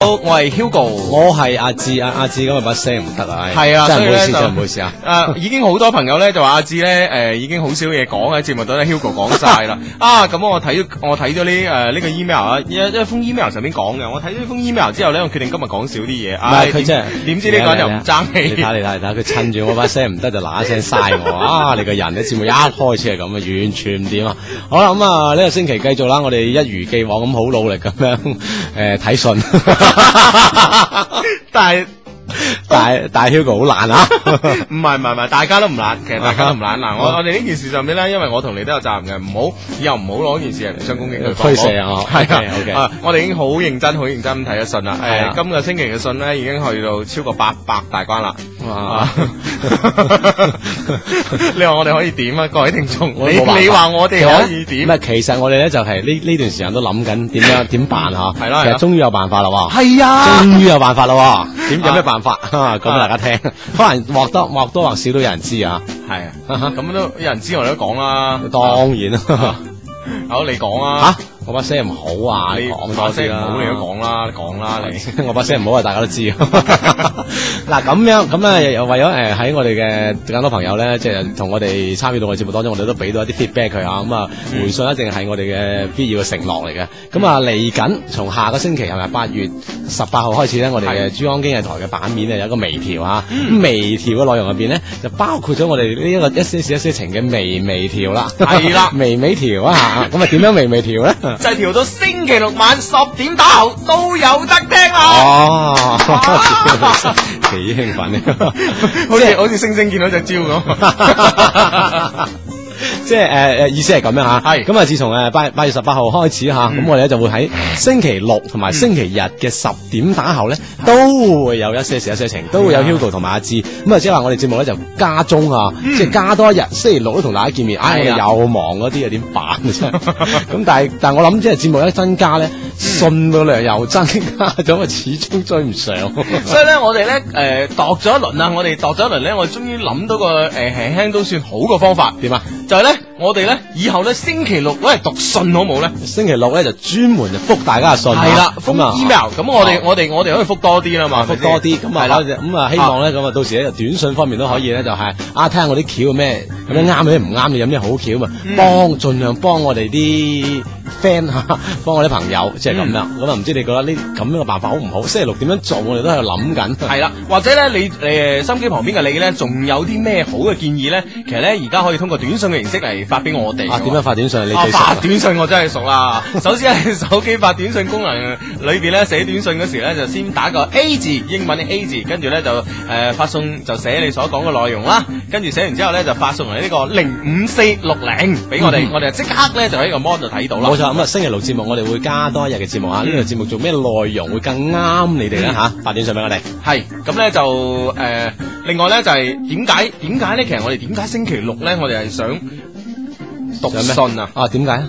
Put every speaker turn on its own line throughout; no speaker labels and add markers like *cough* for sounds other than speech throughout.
好，我系 Hugo。
我系阿志，阿阿志今日把声唔得啊，唉
係啊
真係唔好
所以
意思，
呢
真
就
係唔好意思啊。
啊，已經好多朋友咧就話阿志咧，诶、已經好少嘢講啊喺節目度咧，Hugo 講晒
*laughs*
啦。啊，咁我睇我睇咗呢诶呢個 email 啊，一一封 email 上面講嘅，我睇咗呢封 email 之後咧，我決定今日講少啲嘢。
啊唔
唉
係佢真係
點點知呢個人又唔爭
你睇
氣
下，你睇下你睇下，佢趁住我把聲唔得就嗱一聲嘥我啊！你個人咧節目一開始係咁啊，完全唔掂啊！好啦，咁啊呢個星期繼續啦，我哋一如既往咁好努力咁樣 *laughs* 誒
*laughs*
睇信，
但係
但係但係 Hugo 好
*laughs*
爛啊！
唔係唔係唔係，大家都唔懶，其
*laughs*
實大家都唔懶。嗱，我我哋呢件事上面咧，因為我同你都有責任嘅，唔好以後唔好攞件事嚟相攻擊對方。
推卸啊哦
係
*laughs*
啊
OK，OK
啊我哋已經好認真、好認真咁睇咗信啦。
係
誒
啊，
今個星期嘅信咧已經去到超過八百大關啦。
哇
*laughs* 啊！你話我哋可以點啊？各位聽眾，
我
你
冇辦法
你話我哋可以
唔
點？
係，啊其實我哋咧就係呢呢段時間都諗緊
*laughs*
點樣點辦嚇，
係啦
其
係啦
實終於有辦法啦喎。
係啊，
終於有辦法啦喎！點有
啊
咩辦 *laughs* 法？啊講俾大家聽，可能或多或多或少都有人
*laughs*
知啊。
係啊，咁都有人知我哋都講啦。
當然 *laughs* 啦，
好，你講啊。
嚇我把聲唔好啊，
你
講
把
多
聲
啲
唔
啦。
好，你都講啦，你講啦，你。
我把聲唔好啊，大家都知。 *laughs* 嗱咁樣咁啊咧，又為咗誒喺我哋嘅更多朋友咧，即係同我哋參與到我哋節目當中，我哋都俾到一啲 feedback 佢啊。咁啊，
嗯
回信一定係我哋嘅必要嘅承諾嚟嘅。咁啊，嚟緊從下個星期係咪八月十八號開始咧，我哋嘅珠江經濟台嘅版面咧有一個微調啊。
嗯
咁微調嘅內容入邊咧，就包括咗我哋呢一個一些事一些情嘅微微調啦。
係啦
*laughs* 微微調啊。咁啊，點樣微微調咧？
就係調到星期六晚十點打後都有得聽啦。
哦， *laughs* 幾興奮呢！
好似好似星星見到只蕉 *laughs* 咁。
*laughs* 即係誒誒，意思係咁樣嚇。
係
咁啊，自從誒八八月十八號開始嚇，咁我哋咧就會喺星期六同埋星期日嘅十點打後咧，都會有一些事一些情，都會有 Hugo 同埋阿志。咁啊，即係話我哋節目咧就加鐘啊，即係加多一日，星期六都同大家見面。唉，我
係
哋
啊
又忙嗰啲啊，點辦啊真係？咁但係但係我諗即係節目一增加咧，信個量又增加咗，始終追唔上。
所以咧，我哋咧誒度咗一輪啦，我哋度咗一輪咧，我終於諗到個誒輕輕都算好嘅方法，
點啊？
就係咧，我哋咧以後咧星期六攞嚟讀信好冇咧？
星期六咧就專門就覆大家嘅信啊，
係啦，
咁
封
啊
email，咁我哋
啊
我哋我哋可以覆多啲啦嘛，
覆多啲，咁啊
係啦
可以咁啊希望咧咁啊到時咧就短信方面都可以咧就係啊睇下我啲橋咩有
嗯
咩啱有咩唔啱，有咩好橋嘛，幫盡量幫我哋啲 friend 嚇，幫我啲朋友，即係
嗯
咁樣。咁啊唔知你覺得呢咁樣嘅辦法好唔好？星期六點樣做，我哋都喺度諗緊。
系啦，或者咧，你诶心機旁邊嘅你咧，仲有啲咩好嘅建議咧？其實咧，而家可以通過短信嘅形式嚟發俾我哋。
啊點樣發短信？你
哎啊
最熟
發
啊。
短信我真係熟啦。 *laughs* 首先喺手機發短信功能裏邊咧，寫短信嗰時咧，就先打個 A 字，英文嘅 A 字，跟住咧就誒、呃、發送就寫你所講嘅內容啦。跟住寫完之後咧，就發送嚟呢個零五四六零俾我哋，
嗯
我哋就即刻咧就喺個 mon 度睇到啦嗯
冇。錯，咁啊星期六節目我哋會加多一日嘅節目啊，呢個節目做咩內容會更啱你哋咧嚇？發短信俾我哋。
係咁咧就誒、呃另外咧就係點解點解咧？其實我哋點解星期六咧，我哋係想讀
想咩
信啊？
啊點解啊？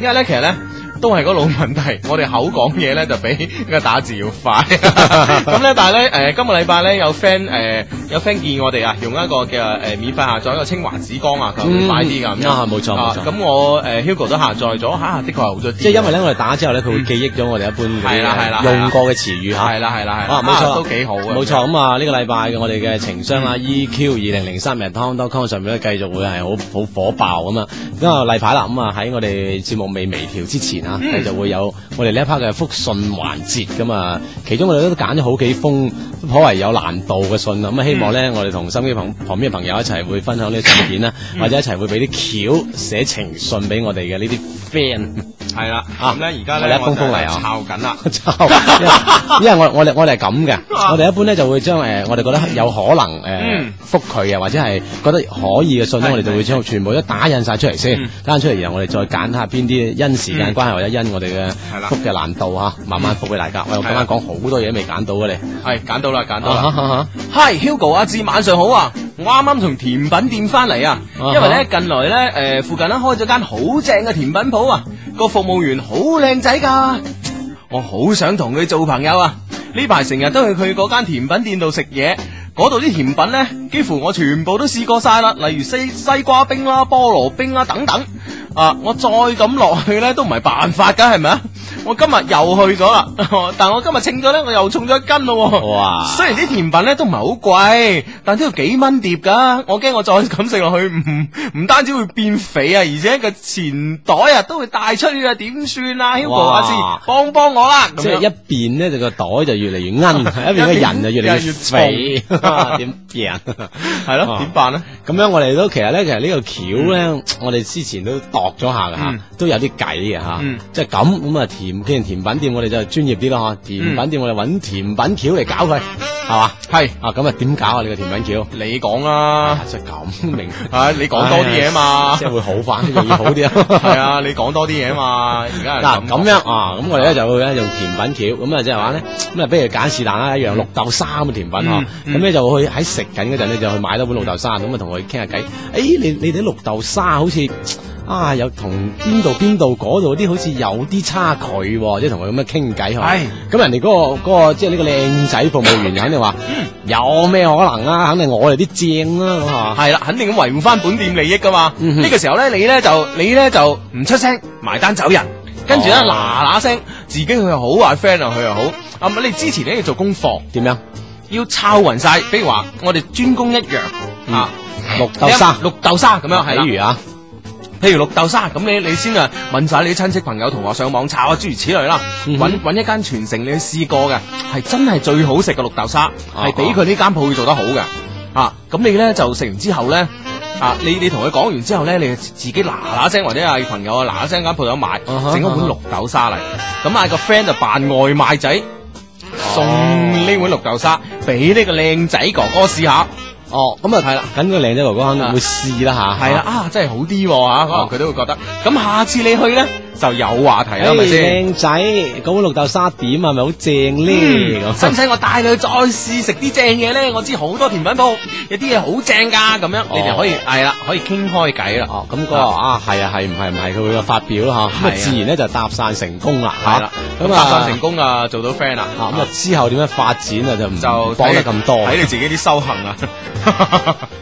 因為咧，其實咧都係嗰老問題， *laughs* 我哋口講嘢咧就 *laughs* 比個打字要
*laughs*
快。咁咧，但係咧，誒、今個禮拜咧有 friend 誒、有 friend 建議我哋啊，用一個嘅誒、免費下載一個清華紫光啊，佢話會快啲㗎咁樣。
啊冇錯冇
啊
錯
咁我誒、Hugo 都下載咗，嚇、的確係好咗啲。
即係因為咧，我哋打之後咧，佢會記憶咗我哋一般嗰
嗯係啦係啦
啲
係啦
用過嘅詞語嚇。
係啦係啦係啦，
啊，冇錯，
都幾好啊。
冇錯，咁啊，呢個禮拜嘅我哋嘅情商
嗯
啊，EQ 二零零三日 Tom Tom Com 上面咧，繼續會係好好火爆咁啊。咁啊，例牌啦，咁啊喺我哋節目未微調之前啊，
嗯
繼續會有我哋呢一 part 嘅復信環節咁啊。其中我哋都揀咗好幾封頗為有難度嘅信啊。咁啊，希
嗯
望咧我哋同身機旁旁邊嘅朋友一齊會分享呢啲信件啦，
嗯
或者一齊會俾啲橋寫情信俾我哋嘅呢啲 friend。
係啦，
啊
咁咧而家
我哋
咧
一封封嚟啊
抄緊啦。
*laughs* 抄，因為因為我我哋我哋
*laughs*
係咁嘅，我哋一般咧就會將誒、呃我哋覺得有可能誒、呃
啊嗯
覆佢嘅，或者係覺得可以嘅信咧，
係嗯
我哋就會將全部都打印晒出嚟先，打印出嚟，然後我哋再揀下邊啲因時間關係或者因我哋嘅
嗯係啦嗯
覆嘅難度嚇，慢慢覆俾大家。喂，我
係
今
啦
晚講好多嘢都未揀到嘅你。
係揀到啦，揀到啦。
啊哈啊
Hi Hugo 阿志，晚上好啊！我啱啱從甜品店翻嚟啊，
啊哈
因為咧近來咧诶、呃附近咧開咗間好正嘅甜品鋪啊，個服務員好靚仔噶，我好想同佢做朋友啊！呢排成日都去佢嗰間甜品店度食嘢。嗰度啲甜品呢，幾乎我全部都試過晒啦，例如西西瓜冰啦、菠蘿冰啦等等。啊，我再咁落去呢，都唔係辦法㗎，係咪啊？我今日又去咗啦， *laughs* 但我今日稱咗咧，我又重咗一斤咯喎。
哇
雖然啲甜品咧都唔係好貴，但都要幾蚊碟噶。我驚我再咁食落去，唔唔單止會變肥啊，而且個錢袋啊都會帶出去啊，點算啊？Hugo
哇
阿志，幫幫我啦！咁
即係
樣
一邊咧就個袋就越嚟越
*laughs*
奀，一邊個人就越嚟越肥， *laughs* 點變？
係咯，
啊
點辦咧？
咁樣我哋都其實咧，其實呢個橋咧，我哋之前都度咗下嘅
嗯
嚇，都有啲計嘅嚇
嗯，
即係咁咁啊甜，既然甜品店我哋就專業啲啦嚇，甜品店我哋揾甜品橋嚟搞佢，係嘛？
係
啊咁啊點搞啊？你個甜品橋
你講啦
啊，即係咁明，
啊，你講多啲嘢嘛
*laughs* 即。係會好翻，呢個要好
*laughs*
啲啊。
係啊，你講多啲嘢嘛。而家係
嗱咁樣啊，咁我哋咧就會咧用甜品橋，咁啊即係話咧，咁啊不如揀是但啦，一樣綠豆沙咁嘅甜品
嗯
嗬，
嗯
咁咧就去喺食緊嗰陣咧就去買多碗綠豆沙，咁啊同佢傾下偈，誒你你哋啲綠豆沙好似。啊，有同邊度邊度嗰度啲好似有啲差距喎，即係同佢咁樣傾偈嗬。
係
咁人哋嗰、個嗰、個即係呢個靚仔服務員肯定話有咩可能啊？肯定我哋啲正啦咁啊。
系啦，肯定咁維護翻本店利益噶嘛。
嗯哼
呢個時候咧，你咧就你咧就唔出聲，埋單走人。跟住咧嗱
哦
嗱聲，自己佢又好，話 friend 又佢又好。啊，唔係你之前咧要做功課，
點樣？
要抄匀晒。比如話，我哋專攻一樣
嗯
啊，
綠豆沙，
綠豆沙啊咁樣係啦
比如啊，
譬如綠豆沙，咁你你先啊問晒你啲親戚朋友同學上網炒啊，諸如此類啦，
嗯
揾揾一間全城你去試過嘅，係真係最好食嘅綠豆沙，
啊
係比佢呢間鋪做得好嘅，啊，咁你咧就食完之後咧。啊！你你同佢講完之後咧，你就自己嗱嗱聲或者嗌朋友啊嗱嗱聲間鋪頭買，
啊哈
整一碗
啊哈
綠豆沙嚟，咁嗌個 friend 就扮外賣仔
哦
送呢碗綠豆沙俾呢個靚仔哥哥試下。
哦，咁啊係啦，咁個靚仔哥哥肯定會試啦吓。
系啦，啊，真係好啲喎吓，
哦
可能佢都會覺得。咁下次你去咧就有話題啦，係
誒
咪先？
靚哎仔，嗰碗綠豆沙點係咪好正咧？
嗯 *laughs* 使
咁
唔使我帶你去再試食啲正嘢咧？我知好多甜品鋪有啲嘢好正㗎，咁樣你
哦
哋可以係啦，可以傾開偈啦。
*laughs* 哦，咁嗰個啊係啊係唔係唔係佢會發表啦嚇，
係
咁啊
啊
自然咧就搭訕成功啦
係啦
嚇，，
咁
咁
搭訕
啊
成功啊，哦做到 friend 啦。
啊咁啊之後點樣發展啊就唔
就
講得咁多。
睇你自己啲修行啦。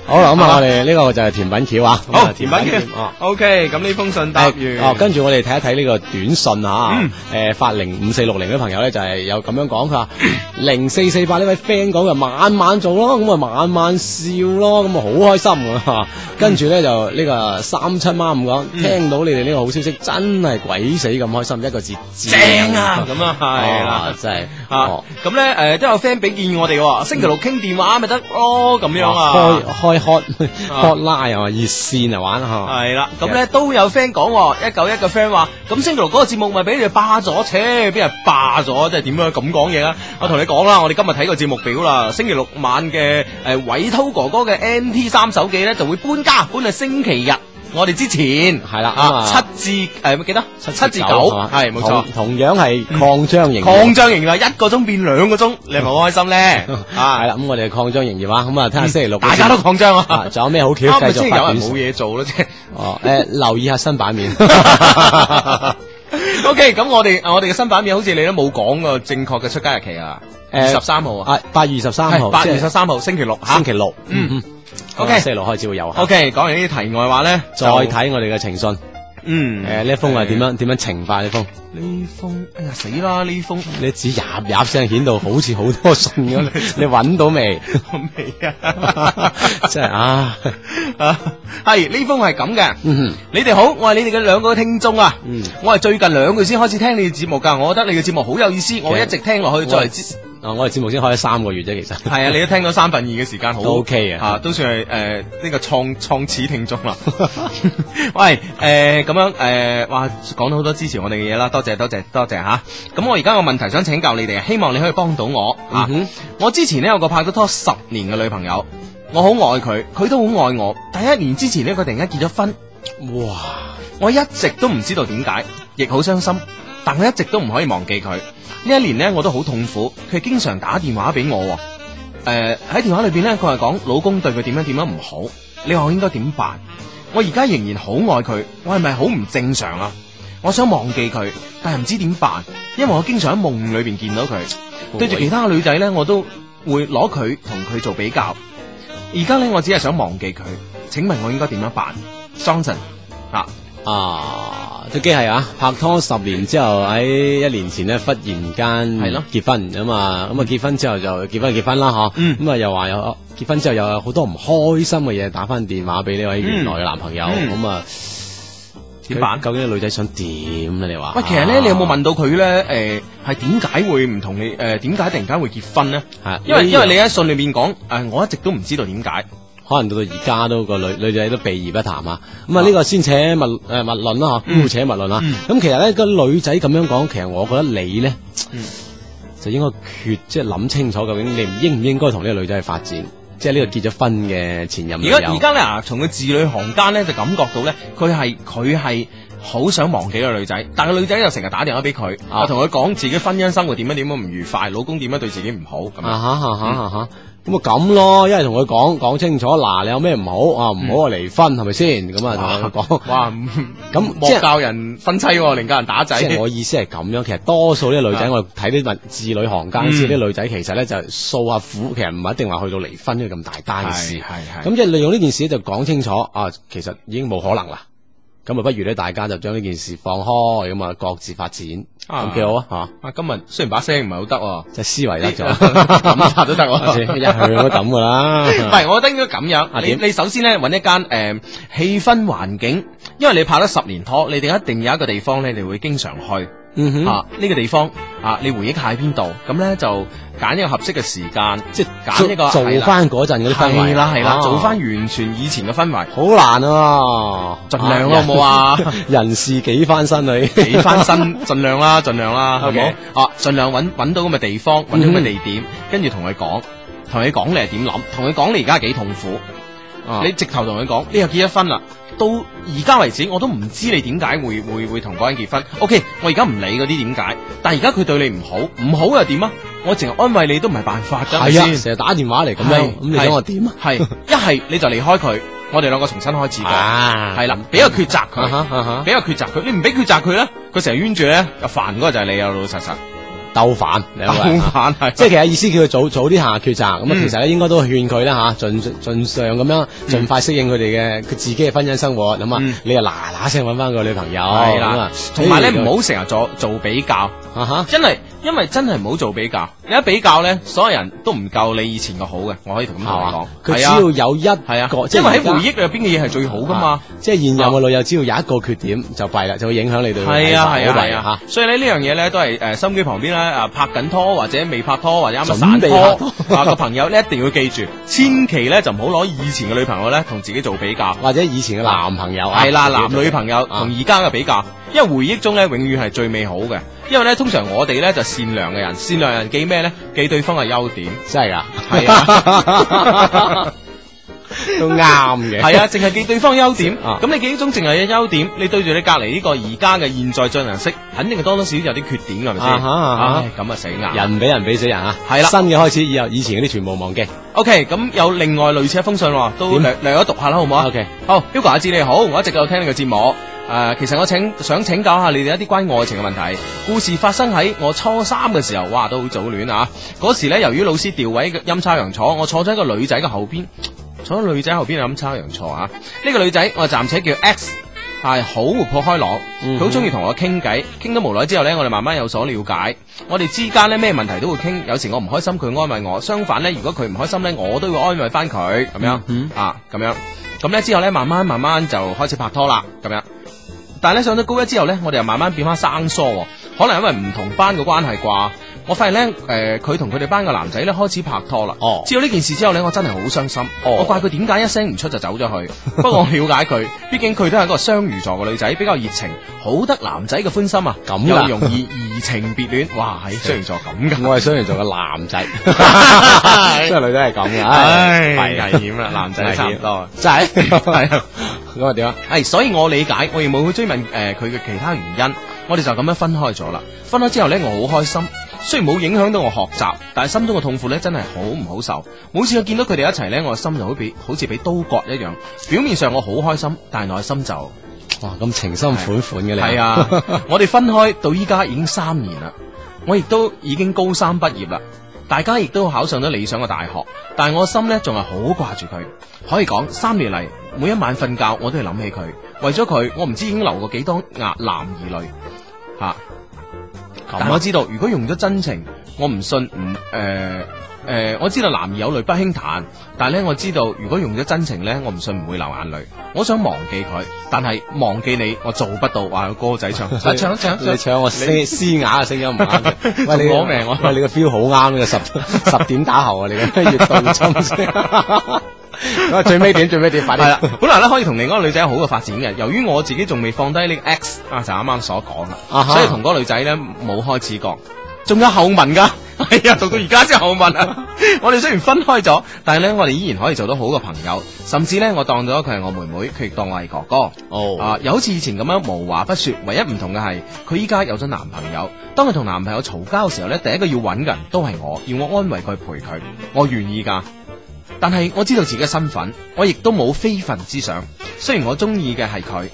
好啦，咁
係嘛
啊我哋呢個就係甜品橋啊，咁啊
好，甜品
橋
嘅
哦。
*laughs* OK，咁呢封信答
誒
完
哦，。跟住我哋睇一睇呢個短信啊
嗯，
誒發零五四六零嘅朋友咧就係有咁樣講，佢話 *clears throat* 零四四八呢位 friend 講嘅晚晚做咯，咁啊晚晚笑咯，咁啊好開心啊！跟住咧就呢個三七孖五講，
嗯
聽到你哋呢個好消息真係鬼死咁開心，一個字
正啊，！咁啊係啦
哦。真係
啊
哦，
咁咧誒都有 friend 俾建議我哋喎，星期六傾電話咪得咯，咁樣啊
開。哦開 hot
啊
hot line 啊，熱線啊玩嚇，
系啦，咁咧都有 friend 講喎，一九一嘅 friend 話，咁星期六嗰個節目咪俾你哋霸咗，切邊人霸咗，即係點樣咁講嘢啊？我同你講啦，我哋今日睇個節目表啦，星期六晚嘅誒偉滔哥哥嘅 MT 三手機咧就會搬家，搬去星期日。我哋之前
係啦咁
啊
啊
七至誒幾多？至九
係嘛
係冇錯
同，同樣係擴張型嘅。
擴張型啦，一個鐘變兩個鐘，你係咪好開心咧？
*laughs*
啊
系，啦，咁我哋擴張營業啊，咁啊睇下星期六
嗯大家都擴張啊
啊，！仲有咩好
啊
橋
咪
繼
即係
續發
有人
展
冇嘢做咯，即係。
哦，誒留意下新
*laughs*
版面，
O K，咁我哋啊我哋嘅新版面好似你都冇講個正確嘅出街日期啊，二
誒
十三號啊，
啊八月二十三號，
係八月
即係
十三號星期六吓
星。期六，
嗯
嗯
，OK
咁啊星期六開始會有嚇
O K，講完呢啲題外話咧，
再
就，
睇我哋嘅情信，
嗯，
誒呢封係點啊樣點樣懲罰呢封？
呢封，哎呀死啦！呢封
你只入入聲顯到好似好多信咁，
*laughs*
你揾到未？
我未啊，
真係啊，
啊係呢封係咁嘅。
嗯
你哋好，我係你哋嘅兩個聽眾啊。
嗯
我係最近兩個月先開始聽你哋節目㗎，我覺得你嘅節目好有意思，我一直聽落去作為知。
啊我哋節目先開咗三個月啫，其實。
系啊，你都聽咗三分二嘅時間，好
都 OK 嘅
吓都算係诶呢個創創始聽眾
*laughs*
啦。喂，诶咁樣诶，哇，講到好多支持我哋嘅嘢啦，多謝多謝多謝吓。咁我而家個問題想請教你哋，啊希望你可以幫到我啊。
嗯哼
我之前呢，有個拍咗拖十年嘅女朋友，我好愛佢，佢都好愛我。但係一年之前呢，佢突然間結咗婚，
哇，
我一直都唔知道點解，亦好傷心，但我一直都唔可以忘記佢。呢一年呢，我都好痛苦，佢經常打電話俾我喎。诶、喺電話裏边呢，佢係講老公對佢點樣點樣唔好，你話我應該點辦？我而家仍然好愛佢，我係咪好唔正常啊？我想忘記佢，但係唔知點辦，因為我經常喺夢裏边見到佢。對住其他嘅女仔呢，我都會攞佢同佢做比較。而家呢，我只係想忘記佢，請問我應該點樣辦？Johnson 啊，
啊，最機係啊，拍拖十年之後喺一年前咧，忽然間
係咯
結婚咁啊，咁啊結婚之後就結婚就結婚啦嗬，
嗯
咁啊又話有結婚之後又有好多唔開心嘅嘢，打翻電話俾呢位原來嘅男朋友，
嗯
咁啊
點辦
究竟個女仔想點咧？你話？
喂，其實咧，你有冇問到佢咧？诶、係點解會唔同你？诶、點解突然間會結婚咧？
係？
因為
啊呢
因為你喺信裏面講，诶、我一直都唔知道點解。
可能到到而家都個女女仔都避而不談
哦
啊。咁啊，呢個先且勿誒勿論啦嚇，姑且勿論啦。咁其實咧個女仔咁樣講，其實我覺得你咧
嗯
就應該決即係諗清楚，究竟你應唔應該同呢個女仔去發展，即係呢個結咗婚嘅前任女
而
友。
家而家咧，啊從佢字裏行間咧，就感覺到咧，佢係佢係好想忘記個女仔，但個女仔又成日打電話俾佢，
啊
我同佢講自己婚姻生活點樣點樣唔愉快，老公點樣對自己唔好咁
啊
樣。
哈啊哈啊哈！咁啊咁咯，一係同佢講講清楚，嗱你有咩唔好啊？唔好啊離婚係咪先？咁啊同佢講。
哇，
咁
咁
即
莫
係
教人分妻喎，寧教人打仔。
*laughs* 即係我意思係咁樣，其實多數呢女仔，嗯
啊
我睇啲文字裏行間知啲女仔其實咧就訴下苦，其實唔一定話去到離婚呢咁大單
係
嘅事。
係係。
咁即係利用呢件事就講清楚啊，其實已經冇可能啦。咁啊，不如咧大家就將呢件事放開，咁啊各自發展，
啊
咁幾好啊嚇！
啊，今日雖然把聲唔係好得喎，
即係思維
*laughs*
得咗，
咁法都得
*laughs*
喎。
一向都咁噶啦。
唔係，我覺得應該咁樣。
嗯啊
你
點
你首先咧揾一間誒氣氛環境，因為你拍咗十年拖，你哋一定有一個地方咧，你會經常去、
嗯 *laughs* 哼，
啊。呢、個地方啊，你回憶下喺邊度，咁咧就揀一個合適嘅時間，
即係
揀一個
做做翻嗰陣嗰啲氛圍，
係啦係啦，
啊
做翻完全以前嘅氛圍，
好難啊！
盡量咯，好冇
*laughs*
啊？
人事幾翻身你。
起翻身，盡量啦，盡量
*laughs*
啦，係
係
咪？啊，盡量揾揾到咁嘅地方，揾到
嗯
咁嘅地點，跟住同佢講，同佢講你係點諗，同佢講你而家幾痛苦。
啊
你直頭同佢講，你又結咗婚啦，到而家為止我都唔知你點解會會會同嗰個人結婚。OK，我而家唔理嗰啲點解，但係而家佢對你唔好，唔好又點啊？我淨係安慰你都唔係辦法㗎，
系
係
啊
咪，先
成日打電話嚟咁
係
樣，咁你
係
等我點啊？
係一係你就離開佢，我哋兩個重新開始過，
啊
係啦，俾個抉擇
啊
佢，
哈啊哈，
俾個抉擇佢，你唔俾抉擇佢咧，佢成日冤住咧，就煩嗰個就係你啊，老老實實，
鬥反兩個人啊。
反係
即係其實意思叫佢早早啲下抉擇，咁啊
嗯
其實咧應該都勸佢啦吓，盡盡上咁樣，盡快適應佢哋嘅佢自己嘅婚姻生活，咁
嗯
啊你又嗱嗱聲揾翻個女朋友，
係啦
咁啊
同埋咧唔好成日做做比較。
好啊哈，
真係，因為真係唔好做比較。你一比較咧，所有人都唔夠你以前嘅好嘅。我可以同咁同你
係
講
嘛，，佢只
係啊
要有一
係啊
個，，即係
因為喺
而家
回憶入邊嘅嘢係最好噶嘛
啊。即係現任嘅女友，只要有一個缺點就弊啦，就會影響你對佢嘅
係啊係啊
睇法好
係
弊
啊
啊，
所以咧呢樣嘢咧都係誒心機旁邊啦啊拍緊拖或者未拍拖或者啱啱散
準備拍拖
拖啊個朋友咧一定要記住，千祈咧就唔好攞以前嘅女朋友咧同自己做比較
吓，。或者以前嘅男朋友啊
係啦，
自己
男女朋友
啊
同而家嘅比較，因為回憶中咧永遠係最美好嘅。因為咧通常我哋咧就善良嘅人，善良人記咩咧？記對方嘅優
*laughs*
點。
*laughs* 真係㗎，
係啊。
都啱嘅，
系啊，淨係記對方優點，
啊
咁你記呢種淨係優點，你對住你隔離呢個而家嘅現在進行式，肯定係多多少少有啲缺點㗎，係咪
啊
先？
哈啊哈
唉咁啊死硬。
人俾人俾死人啊！
係啦
新嘅開始，以後以前嗰啲全部忘記。
OK，咁有另外類似一封信喎，都
點
略略咗讀下啦，好唔好啊
OK
好，Hugo 阿志你好，我一直有聽你嘅節目。誒、其實我請想請教下你哋一啲關於愛情嘅問題。故事發生喺我初三嘅時候，哇，都好早戀啊！嗰時呢，由於老師調位嘅陰差陽錯，我坐咗一個女仔嘅後邊，坐咗女仔後邊係陰差陽錯啊！呢、個女仔我暫且叫 X，係好活潑開朗，
嗯
佢好中意同我傾偈。傾咗無耐之後呢，我哋慢慢有所了解。我哋之間呢，咩問題都會傾，有時我唔開心佢安慰我，相反呢，如果佢唔開心呢，我都會安慰翻佢咁
嗯
樣、啊，咁樣。咁咧之後咧，慢慢慢慢就開始拍拖啦，咁樣。但係咧上咗高一之後咧，我哋又慢慢變翻生疏喎，可能因為唔同班嘅關係啩。我發現咧，誒、佢同佢哋班嘅男仔咧開始拍拖啦。
哦
知道呢件事之後咧，我真係好傷心。
哦
我怪佢點解一聲唔出就走咗去。不過我了解佢，畢竟佢都係一個雙魚座嘅女仔，比較熱情，好得男仔嘅歡心啊。
咁㗎
又容易移情別戀，哇！係雙魚座咁㗎。
我係雙魚座嘅
*laughs*
男仔，即係女仔係咁嘅，
*laughs* 危險啦，男
危
仔
險
差唔多。
真係
*laughs* 係啊
咁啊點啊？
係，所以我理解，我亦冇去追問誒佢嘅其他原因，我哋就咁樣分開咗啦。分開之後呢，我好開心，雖然冇影響到我學習，但係心中嘅痛苦呢，真係好唔好受。每次我見到佢哋一齊呢，我嘅心就好比好似俾刀割一樣。表面上我好開心，但係內心就
哇咁情深款款嘅你，
係啊！我哋分開到依家已經三年啦，我亦都已經高三畢業啦，大家亦都考上咗理想嘅大學，但係我心呢，仲係好掛住佢。可以講三年嚟，每一晚瞓覺我都係諗起佢，為咗佢，我唔知已經流過幾多牙男兒淚吓。但
啊
我知道，如果用咗真情，啊我唔信唔诶诶，我知道男兒有淚不輕彈，但系咧我知道，如果用咗真情咧，我唔信唔會流眼淚。我想忘記佢，但係忘記你，我做不到。話個歌仔 *laughs* 唱，啊唱唱
你
唱，
唱我嘶嘶啞嘅聲音唔
*laughs*
啱嘅，
仲
喂你
攞命我
喂你個 feel 好啱呢個
*laughs*
十十點打後啊，你嘅越對針先。 *laughs* 咁啊最尾點最尾點，快
系
啲
啦，本來咧可以同另一個女仔有好嘅發展嘅，由於我自己仲未放低呢個 X 啊，就啱啱所講啦，
啊哈
所以同嗰個女仔咧冇開始講，仲有後文 *laughs* 噶，係啊，讀到而家先後文啊！ *laughs* 我哋雖然分開咗，但係咧我哋依然可以做到好嘅朋友，甚至咧我當咗佢係我妹妹，佢亦當我係哥哥。
哦，
啊，又好似以前咁樣無話不說，唯一唔同嘅係佢依家有咗男朋友。當佢同男朋友嘈交嘅時候咧，第一個要揾嘅人都係我，要我安慰佢陪佢，我願意㗎。但係我知道自己嘅身份，我亦都冇非分之想。雖然我中意嘅係佢，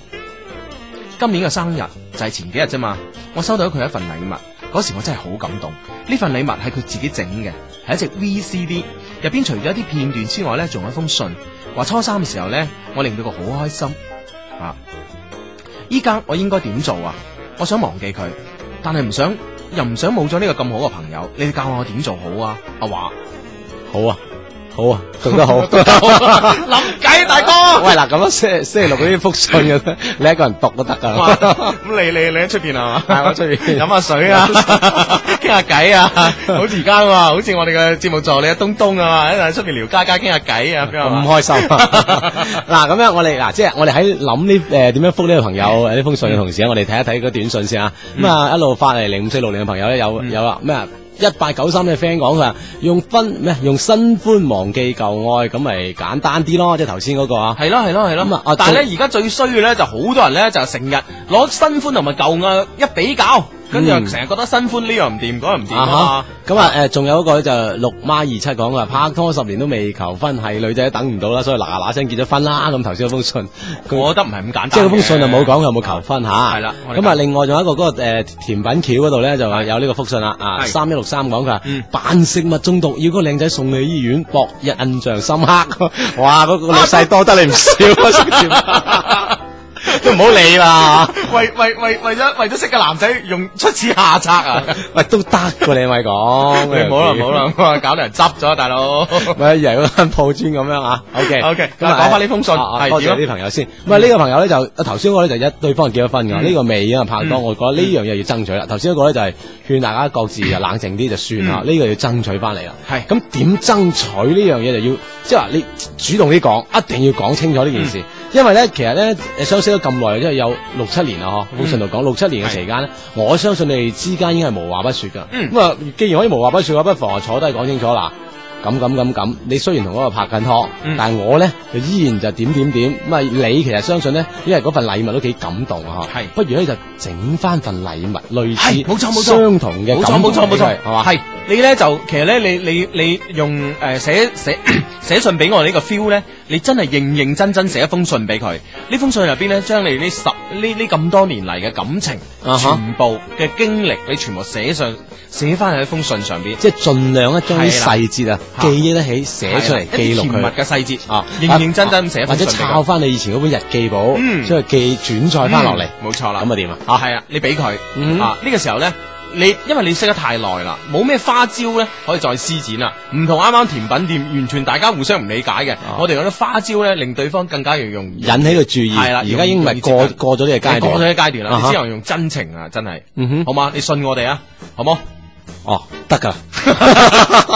今年嘅生日就係前幾日啫嘛，我收到佢一份禮物，嗰時我真係好感動。呢份禮物係佢自己整嘅，係一隻 VCD，入邊除咗一啲片段之外咧，仲有一封信，話初三嘅時候咧，我令到佢好開心。啊！依家我應該點做啊？我想忘記佢，但係唔想又唔想冇咗呢個咁好嘅朋友。你哋教我點做好啊？阿華，
好啊，好啊，
*laughs*
讀得好。
林計大哥，
喂嗱，咁樣星星期六嗰啲覆信
*laughs*
嘅，你一個人讀都得㗎啦。
咁你你你喺出邊啊？
係我出邊
飲下水
*laughs*
啊，傾下偈啊，好似而家啊，好似我哋嘅節目助理阿東東啊，喺出邊聊家家傾下偈啊，咁樣
咁
啊
開心 *laughs* 嗱，咁樣我哋嗱，即係我哋喺諗呢呃誒點樣覆呢個朋 *laughs* 友誒呢封信嘅同啊時咧，我哋睇一睇嗰短信先啊。咁啊，一路發嚟零五四六零嘅朋友咧，有有啊咩啊？一八九三嘅 friend 講佢話用分咩用新歡忘記舊愛咁咪簡單啲咯，即係頭先嗰個啊。
係咯係咯係
咁啊
咯
啊，
但係咧而家最衰嘅咧就好多人咧就成日攞新歡同埋舊愛一比較，跟住
嗯
成日覺得新歡呢樣唔掂，嗰樣唔掂
啊
啊嘛
哈。！咁啊誒，仲有一個就六孖二七講佢話拍拖十年都未求婚，係女仔都等唔到啦，所以嗱嗱聲結咗婚啦。咁頭先嗰封信，佢
我覺得唔係咁簡單嘅。
即係嗰封信就冇講佢有冇求婚吓，
係啦我哋
啊咁啊，另外仲有一個嗰個誒甜品橋嗰度咧，就話有呢個復信啦。啊，
係
三一六三講佢話
嗯
扮食物中毒，要個靚仔送你去醫院，博日印象深刻。
*laughs*
哇！嗰個老細多得你唔少啊，食甜品
*laughs*
都唔好理啦。
為為為為咗為咗識嘅男仔用出此下策
*laughs*
啊！
喂，都得噶，你咪講。
*laughs* 你唔好啦唔好。啦， *laughs* 搞到人執咗啊
*laughs*
大佬。
咪以為嗰間鋪磚咁樣
*laughs*
啊，OK
OK，嗱講返呢封信
啊啊
係
多
點
謝
啊
啲朋友先。咁啊呢個朋友咧就啊頭先嗰個咧就一對方結咗婚㗎，
嗯
呢個未啊拍拖，
嗯
我覺得呢樣嘢要爭取啦。頭先嗰個咧就係勸大家各自就冷靜啲就算啦，
嗯
呢個要爭取翻嚟啦。
係
咁點爭取呢樣嘢就要即係話你主動啲講，一定要講清楚呢件
嗯
事，因為咧其實咧誒相識咗咁耐，即係有六七年啦嗬。
嗯
好信度講六七年嘅期間咧，我相信你哋之間應該係無話不説㗎。
嗯
咁啊，既然可以無話不説嘅話，不妨坐低講清楚啦。咁咁咁咁，你雖然同嗰個拍緊拖，
嗯
但係我咧就依然就點點點。咁啊，你其實相信咧，因為嗰份禮物都幾感動啊，嚇
係
不如咧就整翻份禮物類似
係冇錯冇錯
相同嘅
冇錯
感動
冇錯冇
俾
錯
佢，係嘛？
係你咧就其實咧，你你你用誒寫 *coughs* 寫寫信俾我呢個 feel 咧，你真係認認真真寫一封信俾佢。呢封信入邊咧，將你呢十呢呢咁多年嚟嘅感情，
啊哈
全部嘅經歷，你全部寫上寫翻喺一封信上邊，
即係盡量咧將啲
係啦
細節啊
嚇
記憶得起，寫出嚟記錄
甜蜜
佢。
嘅細節
啊
認認真真寫
或
封
者
信俾
抄
佢。
翻你以前嗰本日記簿，
嗯
將佢記轉載翻落嚟，
嗯，冇錯啦。
咁啊點啊？
啊，系啊，你俾佢、
嗯
啊，呢、個時候咧，你因為你識得太耐啦，冇咩花招咧可以再施展啦，唔同啱啱甜品店完全大家互相唔理解嘅，我哋嗰啲花招咧令對方更加容易
啊引起佢注意。
係啦
而家英
容
文
易
過
接近
過咗呢個階
你過咗
段。
呢個階段啦，
啊哈
你只能用真情啊，真係，
嗯哼，
好嘛？你信我哋啊，好
*laughs*
冇？
哦，得噶。 *laughs*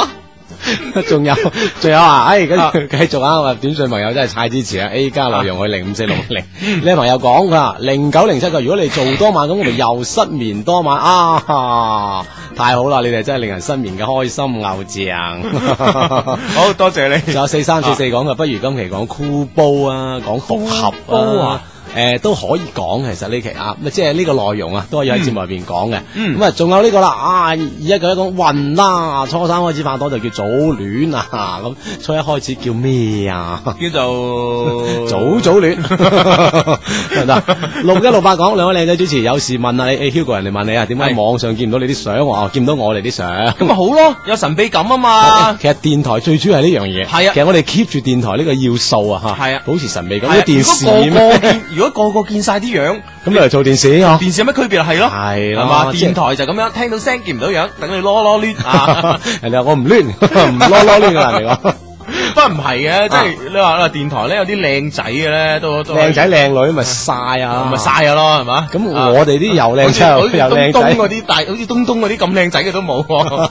仲有仲有 *laughs* 啊！哎，跟
啊
住繼續啊！我短信朋友真係太支持啦！A 啊加內容去零五四六零，呢位朋友講佢話零九零七個，如果你做多晚咁，我咪又失眠多晚啊！太好啦！你哋真係令人失眠嘅開心啊偶像。
好
*laughs*
多謝你
仲有四三四四講嘅，不如今期講箍煲啊，講復合
煲啊，
誒都可以講，其實呢期啊，咁啊即係呢個內容啊，都可以喺節目入邊講嘅。
嗯
咁啊，仲有呢個啦，啊二一九一講運啦，初三開始拍拖就叫早戀啊，咁初一開始叫咩啊？
叫做
*laughs* 早早戀得唔得？六一六八講兩位靚仔主持有事問啊，你你 Hugo 人哋問你啊，點解
係
網上見唔到你啲相？我話見唔到我哋啲相。
咁咪好咯，有神秘感啊嘛。
其實電台最主要係呢樣嘢，
係啊
其實我哋 keep 住電台呢個要素啊，吓，
係啊
保持神秘感。
係啊
啲電視
如果個個
咩？
見，如果個個見晒啲
*laughs*
樣，
咁你嚟做電視啊？
電視有咩區別啊？係咯，
*laughs* 係啦
係嘛？
即係
電台就咁樣，聽到聲見唔到樣，等你囉囉攣啊！
*laughs*
*laughs*
人哋話我唔攣， *laughs* 唔攞攞攣噶啦，你講
不過唔係嘅，即係你話啦，電台咧有啲靚仔嘅咧，都都
靚仔靚女咪晒啊，
哦咪。晒咗咯，係嘛？
咁
啊
我哋啲又靚仔
好
又
似
又
東東
靚仔。
嗰啲大，好似東東嗰啲咁靚仔嘅都冇喎，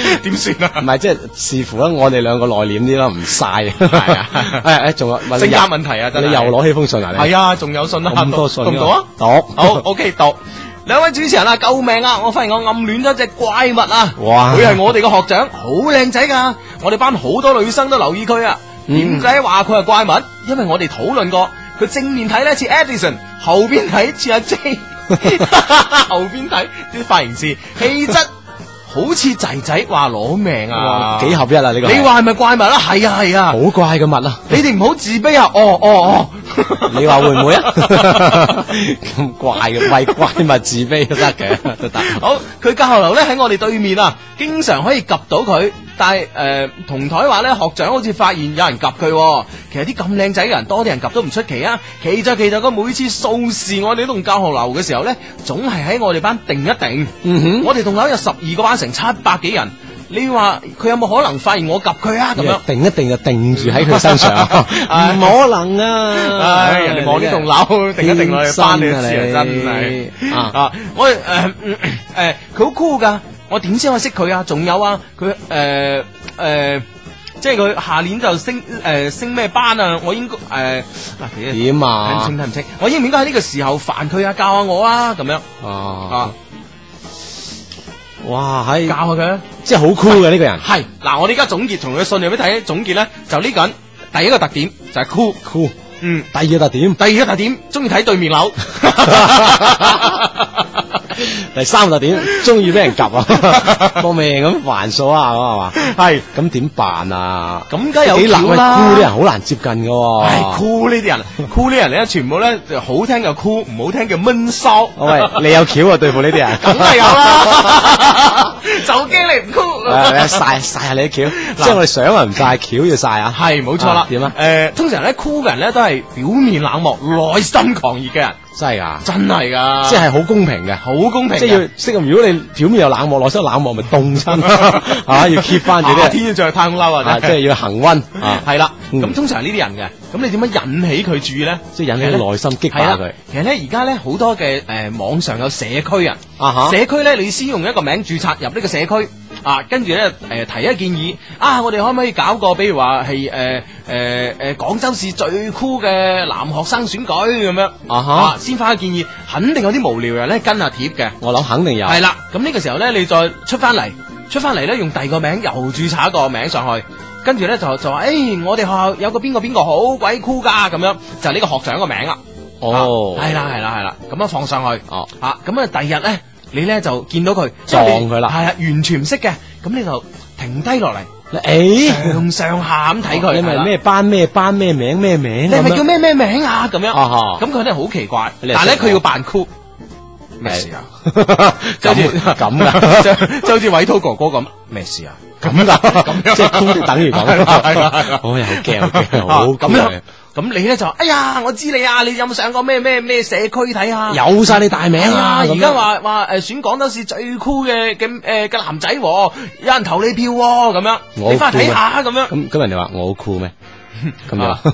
*laughs* 點算啊
唔？係，即係視乎啦，我哋兩個內斂啲啦，唔晒。係
啊
*laughs* 誒哎誒，
*laughs*
仲有
性
問你
格
又
問題啊，真係
你又攞起封信啊？你
係啊，仲有信啊，
咁多信
讀唔到啊？
讀好，
好，OK，讀。兩位主持人啊，救命啊！我發現我暗戀咗只怪物啊！
*laughs* 哇
佢係我哋嘅學長，好靚仔噶，我哋班好多女生都留意佢啊。點
嗯
解話佢係怪物？因為我哋討論過，佢正面睇咧似 Edison，後邊睇似阿
*laughs*
J，後邊睇啲髮型師，氣質好似仔仔，話攞命啊！
幾合一啊！呢個
你話係咪怪物啊？係啊係啊！
好怪嘅物啊！
你哋唔好自卑啊！哦哦哦，
你話會唔會啊？咁怪嘅，為怪物自卑都得嘅，都得。
好，佢教學樓咧喺我哋對面啊，經常可以及到佢。但係誒、呃同台話咧，學長好似發現有人及佢、喎。其實啲咁靚仔嘅人，多啲人及都唔出奇啊。奇就奇就佢每次掃視我哋呢棟教學樓嘅時候咧，總係喺我哋班定一定。
嗯哼，
我哋棟樓有十二個班，成七百幾人。你話佢有冇可能發現我及佢啊？咁樣。
定一定就定住喺佢身上， *laughs* 唔可能啊！
唉，人哋望呢棟
樓，
樓，定一定落去翻你嘅事
天生
啊，
啊
真係
你啊
啊！我誒誒，佢好 cool 噶，我點先可以識佢啊？仲有啊，佢誒誒，即係佢下年就升誒升咩班啊？我應該誒嗱，其實
點
睇唔
啊
清？睇唔清，我應唔應該喺呢個時候煩佢啊？教下我啊，咁樣
啊
啊，！
哇，
教
喺
下佢啊！
即係好 cool 嘅呢個人
係嗱，我哋而家總結從佢信入邊睇總結咧，就呢個人第一個特點就係 cool，
，cool。
嗯，
第二個特點，
*laughs* 第二個特點中意睇對面樓。
第三個特點，中意俾人夾啊，搏命咁還數啊，咁係嘛？
係
咁點辦啊？
咁梗係
幾
有
難
橋
喂，
啦，
酷啲人好啊難接近噶喎。
唉，酷呢啲人，酷呢啲人咧，全部咧就好聽就酷，唔好聽叫悶騷，
喂，你有橋啊，對付呢啲
*laughs*
人。
梗係有
*laughs*
啦，就驚你唔
誒
酷。
啊你晒晒下你啲橋，即係我哋想啊唔晒，橋要晒啊。
係冇錯啦
啊，點啊
誒，通常咧酷嘅人咧都係表面冷漠，內心狂熱嘅人，
真係噶，
真係噶，
即係好公平嘅。
好公平㗎。啊
即係要適咁，如果你表面又冷漠，內心冷漠咪凍親，
*laughs*
啊要 keep 翻住
夏
啲，
天要着太空褸啊，
啊即
真係
係要恒温
*laughs*
啊，
係啦。
嗯
咁通常係呢啲人嘅，咁你點樣引起佢注意咧？
即係引起內心激
係
化
啦
佢，
其實咧而家咧好多嘅誒網上有社區啊。
啊吓。
社區咧，你先用一個名註冊入呢個社區啊，跟住咧誒提一建議啊，我哋可唔可以搞個，比如話係誒誒誒廣州市最酷嘅男學生選舉咁樣
啊哈
啊，先發一建議，肯定有啲無聊人咧跟下貼嘅，
我諗肯定有，
係啦，咁呢個時候咧，你再出翻嚟，出翻嚟咧用第二個名又註冊一個名上去。跟住咧就就話，誒、我哋學校有個邊個邊個好鬼酷㗎咁樣，就係呢個學長個名啦。
哦，
啊係啦係啦係啦，咁樣放上去。
哦，
啊，咁啊，第二日咧，你咧就見到佢
撞佢啦
係啊，完全唔識嘅，咁你就停低落嚟，
誒，
上上下咁睇佢，
你
係啦
哦咪咩班咩班咩名咩名
你係
咁
咪
樣
叫咩咩名啊？咁樣，
啊
咁佢咧好奇怪，
你
但
係
係咧
識我啊
佢要扮酷，咩事
*laughs*
啊？
哈，
就好似
咁咁啊噶，
就 *laughs* 就好似偉濤哥哥咁，咩事啊？
咁噶， *laughs* 即係高啲等於咁，
係 *laughs* 啦係啦係啦
我又驚好驚，
啊
好
咁
驚
樣，咁你咧就話哎呀，我知你啊，你有冇上過咩咩咩社區睇下？
有晒你大名
係啊！
啊！咁
而
樣
家話話誒選廣州市最酷嘅嘅誒嘅男仔喎，有人投你票喎咁樣，
我啊
你翻去睇
酷咩
下咁樣。
咁咁人哋話我好酷
*laughs*
咩？咁就
啊
話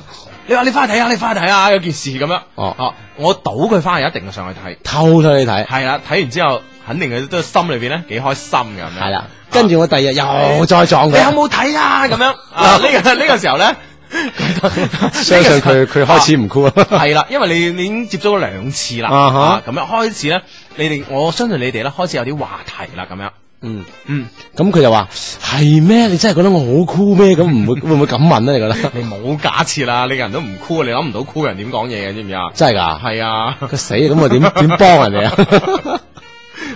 你話你翻去睇下，你翻去睇下有件事咁樣。
哦
啊，我賭佢翻去一定上去睇。
偷咗你睇，
係啦，睇完之後肯定佢都心裏邊咧幾開心嘅。咁樣
係啦。跟住我第二日又再撞
啊你有
佢，
冇睇啊？咁樣啊，呢個呢個時候咧，相
相信佢佢開始唔啊酷啦。
啊係啦，因為你你已經接觸咗兩次啦，
啊哈
啊咁樣開始咧，你哋我相信你哋咧開始有啲話題啦，咁樣
嗯
嗯，
咁佢就話係咩？你真係覺得我好酷咩？咁唔會 *laughs* 會唔會咁問咧？啊你覺得 *laughs*
你冇假設啦，你個人都唔 cool，你諗唔到 cool 人點講嘢嘅，知唔知啊？
真係㗎？
係啊， *laughs*
佢死咁我點點幫人哋啊？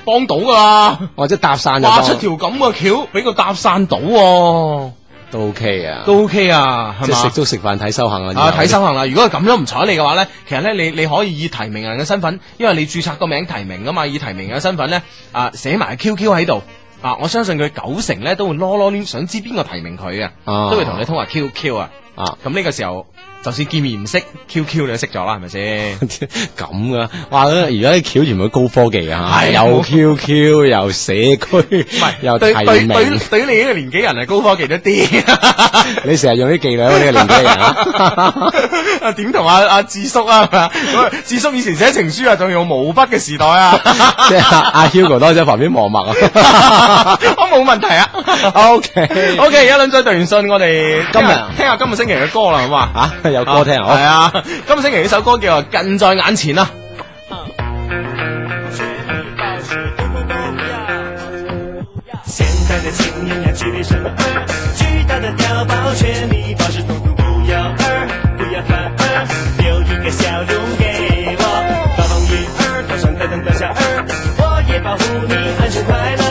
幫到噶
*laughs*
啦，
或者搭訕就
話
幫
出條咁嘅橋俾佢搭散到、喎，
都 OK 啊，
都 OK 啊，係
即係食
嘛？
粥食飯睇修行啊，
啊！睇修行啦，如果係咁都唔睬你嘅話咧，其實咧你你可以以提名人嘅身份，因為你註冊個名提名噶嘛，以提名人嘅身份咧啊寫埋 QQ 喺度啊，我相信佢九成咧都會囉囉攣想知邊個提名佢嘅，
啊
都會同你通話 QQ 啊。
啊
咁呢個時候就算見面唔識 QQ 你都識咗啦，係咪先？
咁噶，哇！而家啲橋全部都高科技啊，
係
又 QQ 又社區
唔係，，
又
對
提
對對
名，啊
對你呢個年紀人係高科技一啲，
你成日用啲伎倆呢個年紀人啊，
*laughs* 啊點同阿阿智叔啊，係嘛咁智叔以前寫情書啊，仲用毛筆嘅時代啊， *laughs*
即係阿阿 Hugo 多咗旁邊磨墨啊。
我冇問題啊。
O K，
O K，一輪再讀完信，我哋
今日
聽下聽下今個星期嘅歌啦，好嘛？
吓有歌聽
係
啊，
啊，今個星期呢首歌叫做《近在眼前》啊。
现在的青年呀，具备什么二？巨大的碉堡，全力保持，统统不要二，不要反二，留一个笑容给我。暴风雨儿，头上担当的小二，我也保护你安全快乐。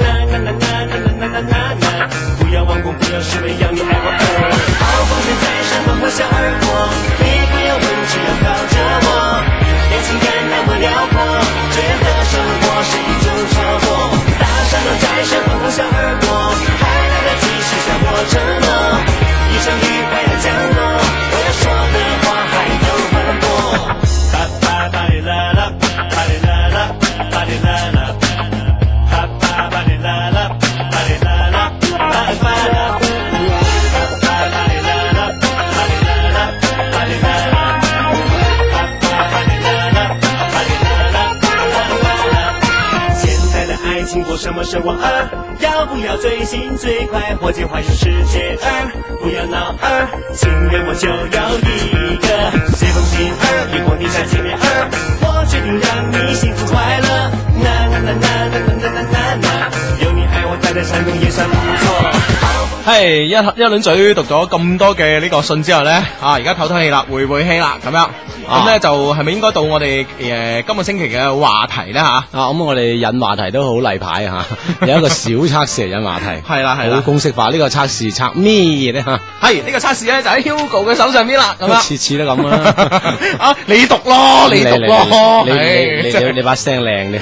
啦啦啦啦啦啦啦啦啦啦，不要忘功，不要失位，要你爱我二。暴风雨在身旁呼啸而过，你不要问，只要靠着我。爱情感那么辽阔，觉得生活是一种错过。大山落在身旁呼啸而过，还来得及实现我承诺。一场愉快的降落，我要说的话还有很多。哒哒哒哩啦啦，哒哩啦啦，哒哩啦啦，哒哒哒哩啦啦，哒哩啦啦，哒哒啦。现在的爱情过什么生活二？要不要最新最快活进环游世界二？不要闹二，情人我就要一个。写封信二，与我立下见面二，我决定让你幸福快乐。啦啦啦啦啦啦啦啦啦，有你爱我待在山中也算不错。
系一一輪嘴讀咗咁多嘅呢個信之後咧，啊而家透透氣啦，回回氣啦，咁樣咁咧就係咪應該到我哋誒今個星期嘅話題咧嚇？
啊咁我哋引話題都好例牌
啊
吓，有一個小測試嚟
*laughs*
引話題，
係啊啦係
好
啦，
公式化。呢個測試測咩咧吓？
哎係呢個測試咧就喺 Hugo 嘅手上邊啦，咁
咁
樣
次次都咁啦。
*laughs* 啊你讀咯， *laughs* 你讀咯，
你你
係
你你你把聲靚
*laughs*
你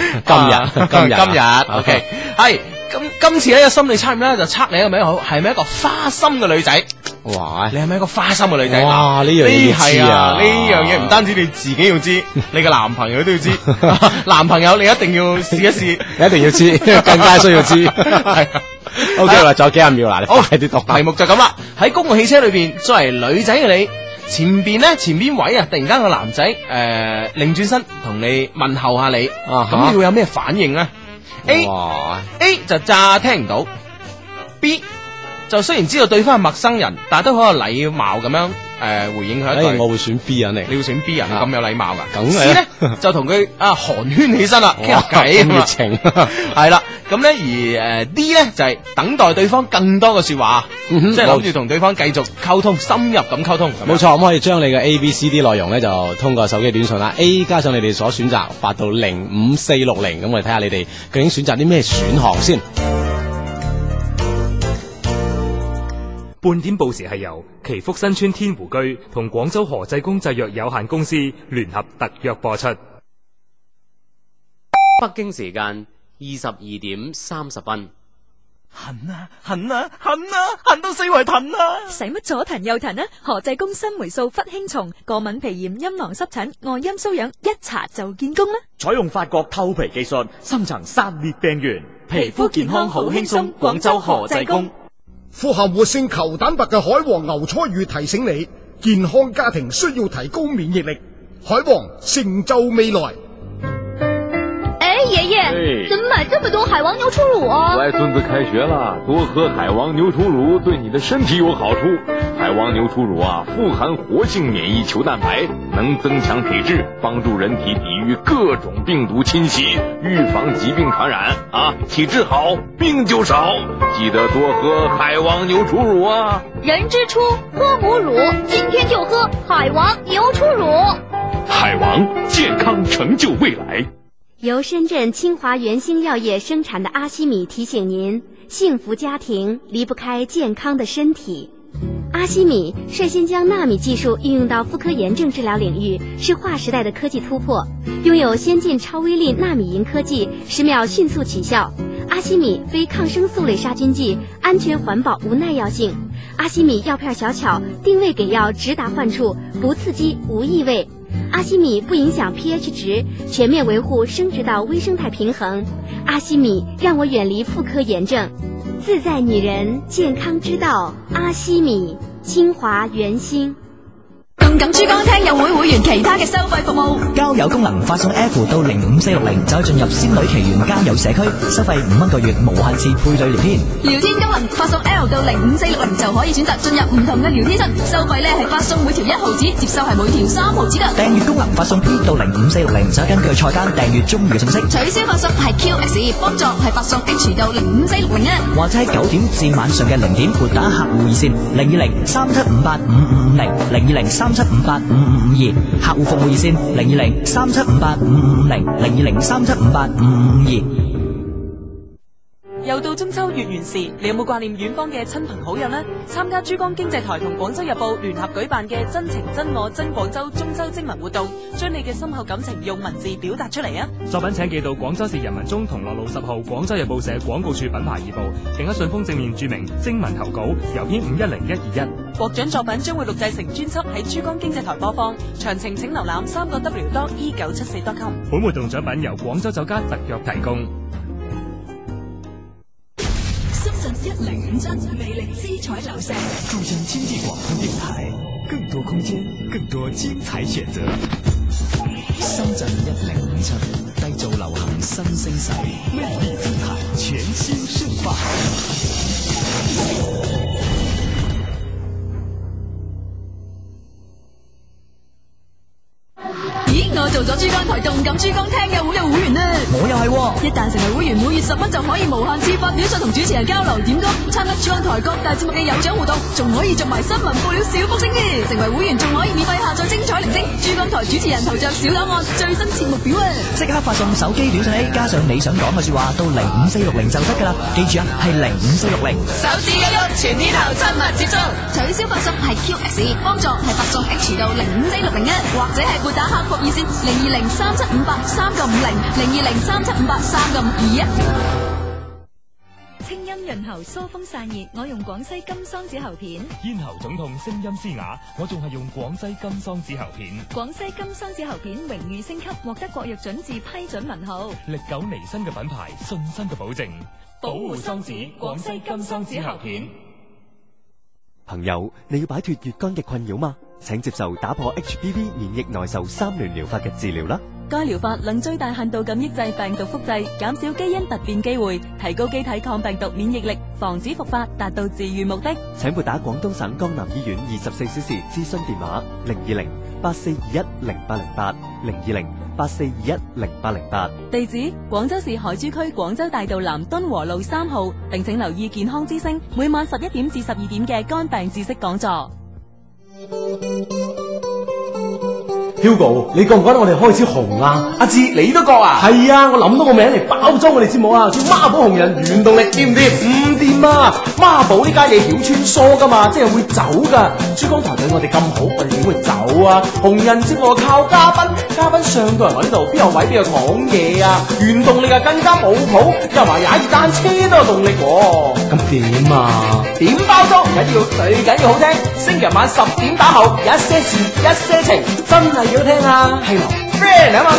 啊
今日今日
今日
啊
OK 係。咁今次呢個心理測驗咧，就測你係咪一個好係咪一個花心嘅女仔？
哇
你！係咪一個花心嘅女仔？
哇呢樣嘢
呢
要知
係
啊
啊，呢樣嘢唔單止你自己要知，你嘅男朋友都要
*laughs*
知。 *laughs* 男朋友你一定要試一試。
你一定要知，更加需要
*laughs*
知。
係啊
O K 啦，仲有幾廿秒啦，你
好
快啲讀
題目就咁啦，喺公共汽車裏邊，作為女仔嘅你，前邊咧前邊位啊，突然間個男仔誒擰轉身同你問候下你，
啊
咁
哈
你會有咩反應咧？A
哇！
A 就詐聽唔到，B 就雖然知道對方係陌生人，但係都好有禮貌咁樣誒、呃回應佢一
哎，
句。
我會選 B 啊，你
你要選 B 人
啊
咁有禮貌噶，
梗係
C
啦
咧就同佢啊寒暄起身啦，傾下
哇
偈
咁
咁
熱
啊
情，
*laughs* 係啦，咁咧而诶 D 咧就係等待對方更多嘅说話，啊即
嗯哼
係諗住同對方繼續溝通，深入咁溝通。
冇，錯，咁可以將你嘅 A、B、C、D 內容咧，就通過手機短信啦，A 加上你哋所選擇發到零五四六零，咁我哋睇下你哋究竟選擇啲咩選項先。
半點報時係由祈福新村天湖居同廣州何濟公製藥有限公司聯合特約播出。
北京時間二十二點三十分。
痕啊痕啊痕啊痕到四圍騰啊！
使乜左騰右騰啊？何濟公新霉素忽輕松，過敏皮炎、陰囊濕疹、外陰瘙癢，一搽就見功啦！
採用法國透皮技術，深層殺滅病原，
皮膚健康好輕鬆廣州何濟公。
富含活性球蛋白嘅海王牛初乳提醒你，健康家庭需要提高免疫力。海王成就未来。
哎，爷爷，怎么买
买这么多海王牛初乳啊？
乖孙子开学了，多喝海王牛初乳对你的身体有好处。海王牛初乳啊，富含活性免疫球蛋白，能增强体质，帮助人体抵御各种病毒侵袭，预防疾病传染啊！体质好，病就少。记得多喝海王牛初乳啊！
人之初，喝母乳，今天就喝海王牛初乳。
海王健康成就未来。
由深圳清华园星药业生产的阿西米提醒您：幸福家庭离不开健康的身体。阿西米率先将纳米技术运用到妇科炎症治疗领域，是划时代的科技突破。拥有先进超微粒纳米银科技，十秒迅速起效。阿西米非抗生素类杀菌剂，安全环保无耐药性。阿西米药片小巧，定位给药直达患处，不刺激无异味。阿西米不影响 pH 值，全面维护生殖道微生态平衡。阿西米让我远离妇科炎症，自在女人健康之道。阿西米，清华园心。
动感珠江厅友会会员其他嘅收费服务。
交友功能發送 F 到零五四六零就進入仙女奇緣交友社區，收費五蚊個月，無限次配對聊天。
聊天功能發送 L 到零五四六零就可以選擇進入唔同嘅聊天室，收費呢係發送每條一毫紙，接收係每條三毫紙噶。
訂閱功能發送 P 到零五四六零就根據菜單訂閱中意嘅信息，
取消發送係 QX，幫助係發送 H 到零五四六零啊。
或者喺九點至晚上嘅零點撥打客戶熱線零二零三七五八五五五零零二零三七五八五五五二，客戶服務熱線零二零三七五八五五五零零二零三七五八五五五二。
又到中秋月圓時，你有冇掛念遠方嘅親朋好友呢？參加珠江經濟台同廣州日報聯合舉辦嘅「真情真我真廣州中秋徵文」活動，將你嘅深厚感情用文字表達出嚟啊！
作品請寄到廣州市人民中同樂路十號廣州日報社廣告處品牌二部，並喺信封正面注明徵文投稿，郵編五一零一二一。
獲獎作品將會錄製成專輯喺珠江經濟台播放，詳情請瀏覽三個 W dot e 九七四 dot com。
本活動獎品由廣州酒家特約提供。
深圳一零五七魅力姿彩流射，
住进经济广播电台，更多空间，更多精彩选择。
深圳一零五七，缔造流行新星勢，
魅力姿彩，全新盛放。
咦，我做咗珠江台動感珠江聽友會嘅會員啦！
我又係喎
一旦成為會員，每月十蚊就可以無限次發短信同主持人交流點歌，參加珠江台各大節目嘅有獎互動，仲可以做埋新聞報料小福星添。成為會員仲可以免費下載精彩鈴聲、珠江台主持人頭像小檔案、最新節目表啊！
即刻發送手機短信哎 A，加上你想講嘅説話到零五四六零就得㗎啦。記住啊，係零五四六零。
手指一碌，全天候親密接觸。取消發送係 QX，幫助係發送 H 到零五四六零一，或者係撥打客服熱線零二零三七五八三個五零零二零三七五八三個五二一。
清音潤喉疏風散熱，我用廣西金桑子喉片。
咽喉腫痛，聲音嘶啞，我仲係用廣西金桑子喉片，
廣西金桑子喉片榮譽升級，獲得國藥準字批准文號。
歷久彌新嘅品牌，信心嘅保證，
保護桑子廣西金桑子喉片。
朋友，你要擺脱月干嘅困擾嗎？請接受打破 HPV 免疫內受三聯療法嘅治療啦。
该疗法能最大限度咁抑制病毒複製，減少基因突變機會，提高機體抗病毒免疫力，防止復發，達到治愈目的。
請撥打廣東省江南醫院二十四小時諮詢電話零二零八四二一零八零八零二零八四二一零八零八。
地址：廣州市海珠區廣州大道南敦和路三號。並請留意健康之聲每晚十一點至十二點嘅肝病知識講座。
Hugo，你覺唔覺得我哋開始紅啊？阿志，你都覺啊？係啊，我諗到個名嚟包裝我哋節目啊，叫孖寶紅人原動力，掂唔掂？唔掂啊！孖寶呢家嘢曉穿梭噶嘛，即係會走噶。珠江台對我哋咁好，我哋點會走啊？紅人節目靠嘉賓，嘉賓上到嚟我呢度，邊有位邊有講嘢啊？原動力啊更加冇譜，又話踩住單車都有動力喎、
咁點啊？
點包裝唔緊要，最緊要好聽。星期日晚十點打後，有一些事，一些情，真係要聽啊！係 friend 啊嘛。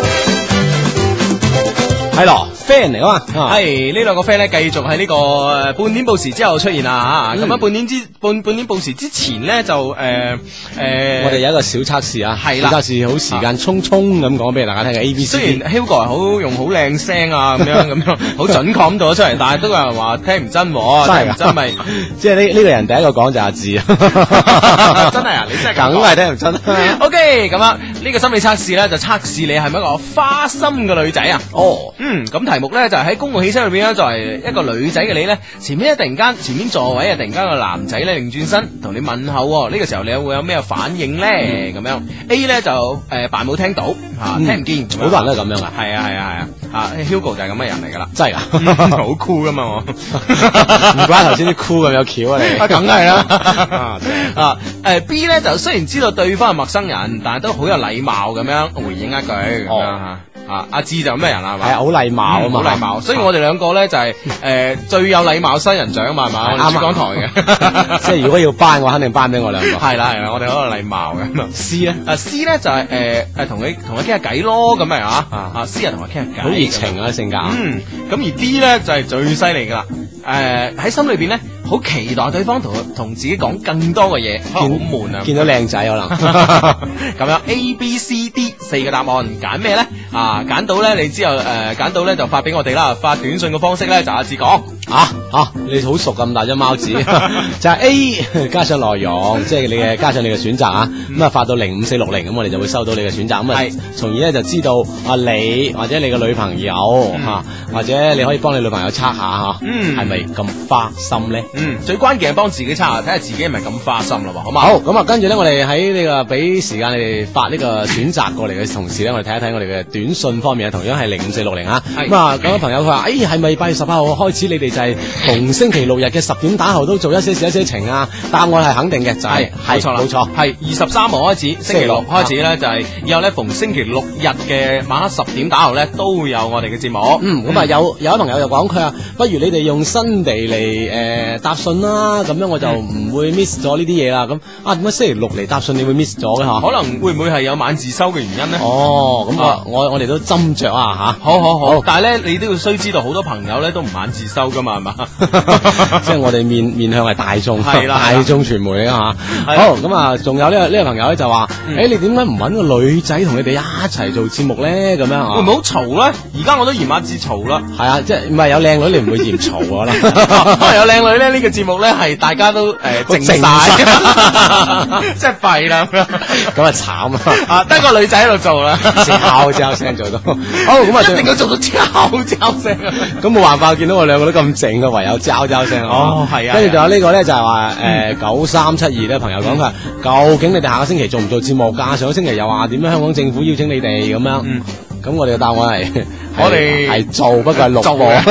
係咯，friend 嚟啊嘛，
系呢兩個 friend 咧，繼續喺呢個呃半年報時之後出現
嗯
啦嚇。咁啊，半年之半半年報時之前咧就呃诶诶，
我哋有一個小測試啊，
係啦
小測試好時間匆匆咁講俾大家聽嘅 A B C。
雖然 Hugo 係好用好靚聲啊，咁樣咁樣好準確咁讀咗出嚟，但係都有人話聽唔真喎，
真係㗎啊
聽唔真咪
*laughs*
*laughs*
即係呢呢個人第一個講就阿志，真係
啊，你真係咁講
梗係聽唔真啦。
*laughs* OK，咁啊，呢個心理測試咧就測試你係咪一個花心嘅女仔啊？
哦，
嗯，咁題目咧就係喺公共汽車裏邊咧，作為一個女仔嘅你咧，前面咧突然間前面座位啊，突然間個男仔咧擰轉身同你問候喎，呢、個時候你會有咩反應咧？咁、樣 A 咧就誒、呃扮冇聽到嚇、啊
嗯
聽唔見，
好多人都係咁樣㗎
係啊係啊係啊，啊 Hugo 就係咁嘅人嚟㗎啦，嗯
真係
㗎， *laughs* 好酷㗎嘛 *laughs* 我。
唔怪頭先啲酷咁有橋啊你。
啊，梗係啦。 *laughs* 啊，诶 B 咧就雖然知道對方係陌生人，但係都好有禮貌咁樣回應一句咁樣吓。啊，阿志就咩人啦？係嘛？
係好禮貌哦啊嘛
嗯好禮貌。所以我哋兩個咧就係诶最有禮貌新人獎嘛，係
啊
嘛？我哋珠江台嘅。
*laughs* *laughs* 即係如果要班，我肯定班俾我兩個。
係啦係啦，我哋好有禮貌
*laughs*
嘅。C 咧，啊 C 咧就係诶诶同你同佢傾下偈咯，咁咪啊
*laughs*
啊 C 啊同佢傾下偈，
好熱情啊性格。
嗯，咁而 D 咧就係最犀利噶啦，诶喺心裏边咧好期待對方同同自己講更多嘅嘢，可能好悶啊。
見到靚仔可 *laughs* 能。
*laughs* 咁樣 A、B、C、D 四個答案，揀咩咧？啊，揀到咧，你之後诶揀到咧就發俾我哋啦，發短信嘅方式咧就阿志講。
啊啊！你好熟咁大隻貓 *laughs* 子，就係 A 加上內容，即係你嘅加上你嘅選擇啊。咁啊發到零五四六零，咁我哋就會收到你嘅選擇，咁啊，從而咧就知道啊你或者你嘅女朋友嚇，或者你可以幫你女朋友測下嚇，
嗯
係咪咁花心咧？
嗯，最關鍵係幫自己測下，睇下自己係咪咁花心啦，好嘛？
好，咁啊，跟住咧，我哋喺呢個俾時間你哋發呢個選擇過嚟嘅同時咧，我哋睇一睇我哋嘅短信方面啊，同樣係零五四六零啊。
係
咁啊，咁位朋友佢話：，誒係咪八月十八號開始你哋就係逢星期六日嘅十點打後都做一些事一些情啊？答案係肯定嘅，就係
冇錯啦，
冇錯。
係二十三號開始，星期六啊
六
開始咧就係以後咧逢星期六日嘅晚黑十點打後咧都會有我哋嘅節目。
嗯，咁啊有有位朋友就講佢啊，不如你哋用新地嚟誒答信啦，咁樣我就唔會 miss 咗呢啲嘢啦。咁啊，點解星期六嚟答信你會 miss 咗嘅嚇？
可能會唔會係有晚自修嘅原因咧？
哦，咁
啊
啊，我我哋都斟酌啊嚇。
好好好，但係咧，你都要需知道好多朋友咧都唔晚自修噶嘛，係 *laughs* 嘛？ *laughs*
即係我哋面面向係大眾，
係啦
*laughs* 大眾傳媒啊
係
嚇。
啦
好咁啊，仲有呢個呢個朋友咧就話：，
嗯
誒你點解唔揾個女仔同你哋一齊做節目咧？咁樣啊？
會唔會好嘈咧？而家我都嫌阿志嘈啦。
係啊，即係唔係有靚女你唔會
*laughs*
嫌嘈啊我啦？
可能哦啊有靚女咧，呢個節目咧係大家
*laughs*
都誒靜 *laughs*
靜
晒，即係弊
*laughs*
啦。
咁啊慘啊！
啊，得個女仔喺度做啦，
敲敲聲做到，好咁啊，
*laughs* 一定要
最
做到敲敲聲啊！
*laughs* 咁冇辦法，見到我兩個都咁靜嘅，唯有敲敲聲。
哦係啊
跟住仲有呢個咧，就
*laughs*
係話誒九三七二咧，朋友講佢話，究竟你哋下個星期做唔做節目㗎？上個星期又話點樣香港政府邀請你哋咁樣。咁我哋嘅答案係，
嗯我哋
係係做，不過係錄
做
播。 *laughs*
嘅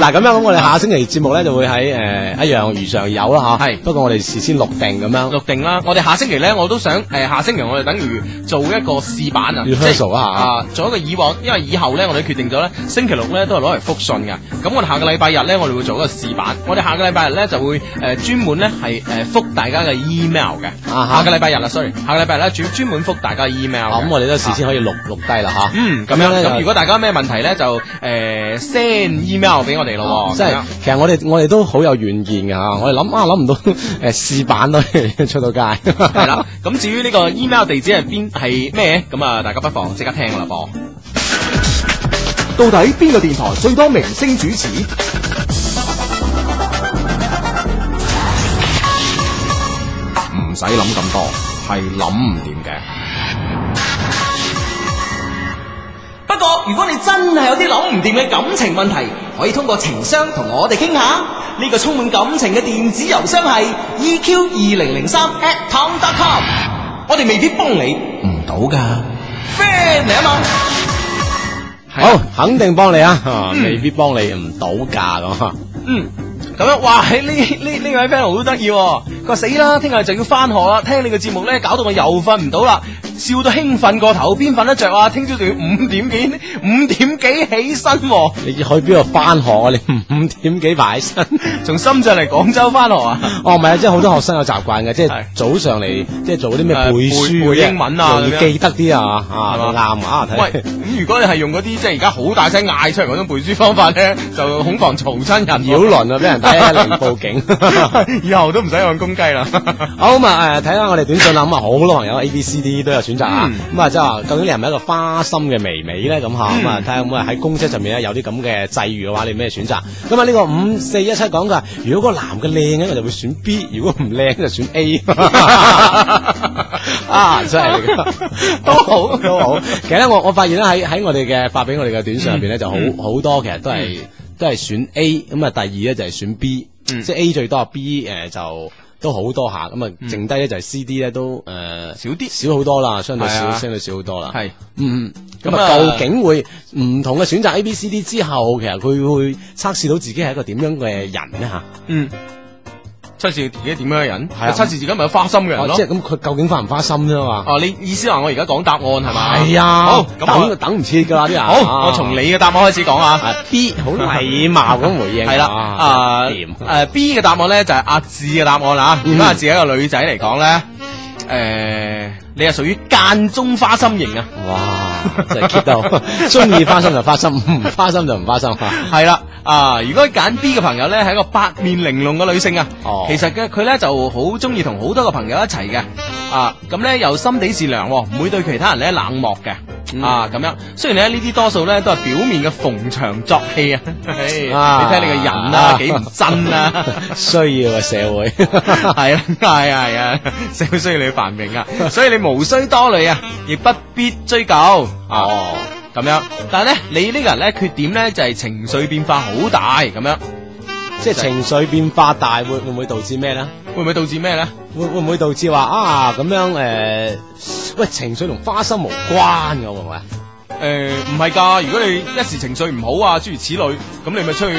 嗱咁樣，咁我哋下個星期節目咧就會喺誒一樣如常有啦嚇。係，不過我哋事先錄定咁樣。
錄定啦，我哋下星期咧，我都想誒、下星期我哋等於做一個試版啊
Rehearsal 一下
啊，做一個以往，因為以後咧我哋決定咗咧，星期六咧都係攞嚟復信嘅，咁我哋下個禮拜日咧我哋會做一個試版，我哋下個禮拜日咧就會誒、專門咧係誒復大家嘅 email 嘅，
啊哈啊
下個禮拜日啦，sorry，下個禮拜日咧專專門復大家嘅 email，嘅
咁我哋都事
啊
先可以錄錄低啦嚇。
嗯，咁
咁樣
樣
咧
咧，
就
咁如果大家有咩問題咧，就誒呃 send email 俾我哋咯喎，
即係
哦咁樣
其實我哋我哋都好有遠見嘅嚇，我哋諗啊諗唔到 *laughs* 誒試版都 *laughs* 可以出到街，
係啊啦。咁至於呢個 email 地址係邊係咩？咁啊，大家不妨即刻聽啦噃。
到底邊個電台最多明星主持？
唔使諗咁多，係諗唔掂嘅。
不過，如果你真係有啲諗唔掂嘅感情問題，可以通過情商同我哋傾下。呢、個充滿感情嘅電子郵箱係 eq 二零零三 at tom dot com。我哋未必幫你唔到㗎，friend 嚟啊嘛。
好肯定幫你
*laughs*
啊啊，未必幫你唔到價咁啊。
嗯，咁樣哇！喺呢呢呢位 friend 好得意喎，佢話死啦，聽日就要翻學啦，聽你個節目咧，搞到我又瞓唔到啦。笑到興奮過頭，邊瞓得着啊？聽朝仲要五點幾，五點幾起身喎、 *laughs*
你去邊度翻學啊？你 *laughs* 五點幾擺身？
從深圳嚟廣州翻學啊？
哦，唔係啊，即係好多學生有習慣嘅，即係早上嚟即係做嗰啲咩
誒
背
背
書
背英文啊
容易
咁樣
記得啲啊啊，
係嘛
啱啊，睇
喂，咁如果你係用嗰啲即係而家好大聲嗌出嚟嗰種背書方法咧， *laughs* 就恐防嘈親人。
*laughs* 擾鄰啊，俾人睇下
*laughs*
嚟報警，
以後都唔使按公雞啦。
好咁啊，誒睇下我哋短信啦，咁啊好多朋友 A、B、C、D 都有選擇啊。咁啊，即係話究竟你係咪一個花心嘅微微咧？咁嚇咁啊，睇下咁啊喺公車上面咧有啲咁嘅際遇嘅話，你咩選擇？咁啊呢個五四一七講嘅，如果個男嘅靚咧，我就會選 B；如果唔靚就選 A。啊，真係㗎都好
*laughs*
都好。其實咧，我我發現咧喺喺我哋嘅發俾我哋嘅短信入邊
嗯
咧，就好好多其實都係都係選 A。咁啊，第二咧就係選 B，即
嗯
係 A 最多，B 誒就。都好多下，咁啊，
嗯
剩低咧就係 C、D 咧都誒 *laughs* 少啲，少好多啦，相對
係
少，
啊
相對少好多啦。
係，
嗯，咁
咁
啊，
啊
究竟會唔同嘅選擇 A、B、C、D 之後，其實佢會測試到自己係一個點樣嘅人咧吓？
嗯，測試自己點樣嘅人，
係啊
測試自己係咪有花心嘅人
哦
咯
即係。咁，佢究竟花唔花心啫嘛？
哦，你意思話我而家講答案係咪？
係啊，
好，咁
等
我
等唔切噶啦啲人。
好，我從你嘅答案開始講啊。
B 好禮貌咁回應。
係啦，
啊
啊，誒 B 嘅答案咧就係阿志嘅答案
嗯
啦。咁阿志係一個女仔嚟講咧，誒，你係屬於間中花心型啊。
哇，真係 keep 到，中意花心就花心，唔花心就唔花心。
*laughs* 係啦，啊，如果揀 B 嘅朋友咧，係一個八面玲瓏嘅女性啊。
哦
其實嘅佢咧就好中意同好多個朋友一齊嘅，啊，咁咧又心地善良喎，唔會對其他人咧冷漠嘅。啊，咁樣，雖然咧呢啲多數咧都係表面嘅逢場作戲啊， *laughs* 嘿你
啊
睇你個人 *laughs* 啊，幾唔真啊，
需要啊社會，
係啊，係啊，係啊，社會需要你繁榮啊，所以你無需多慮啊，亦不必追究哦，咁樣，但係咧你呢個人咧缺點咧就係情緒變化好大咁樣，
即係情緒變化大，會會唔會導致咩咧？
會唔會導致咩咧？
會會唔會導致話啊咁樣誒、呃喂，情緒同花心無關嘅會唔會啊？
誒，唔係㗎，如果你一時情緒唔好啊，諸如此類，咁你咪出去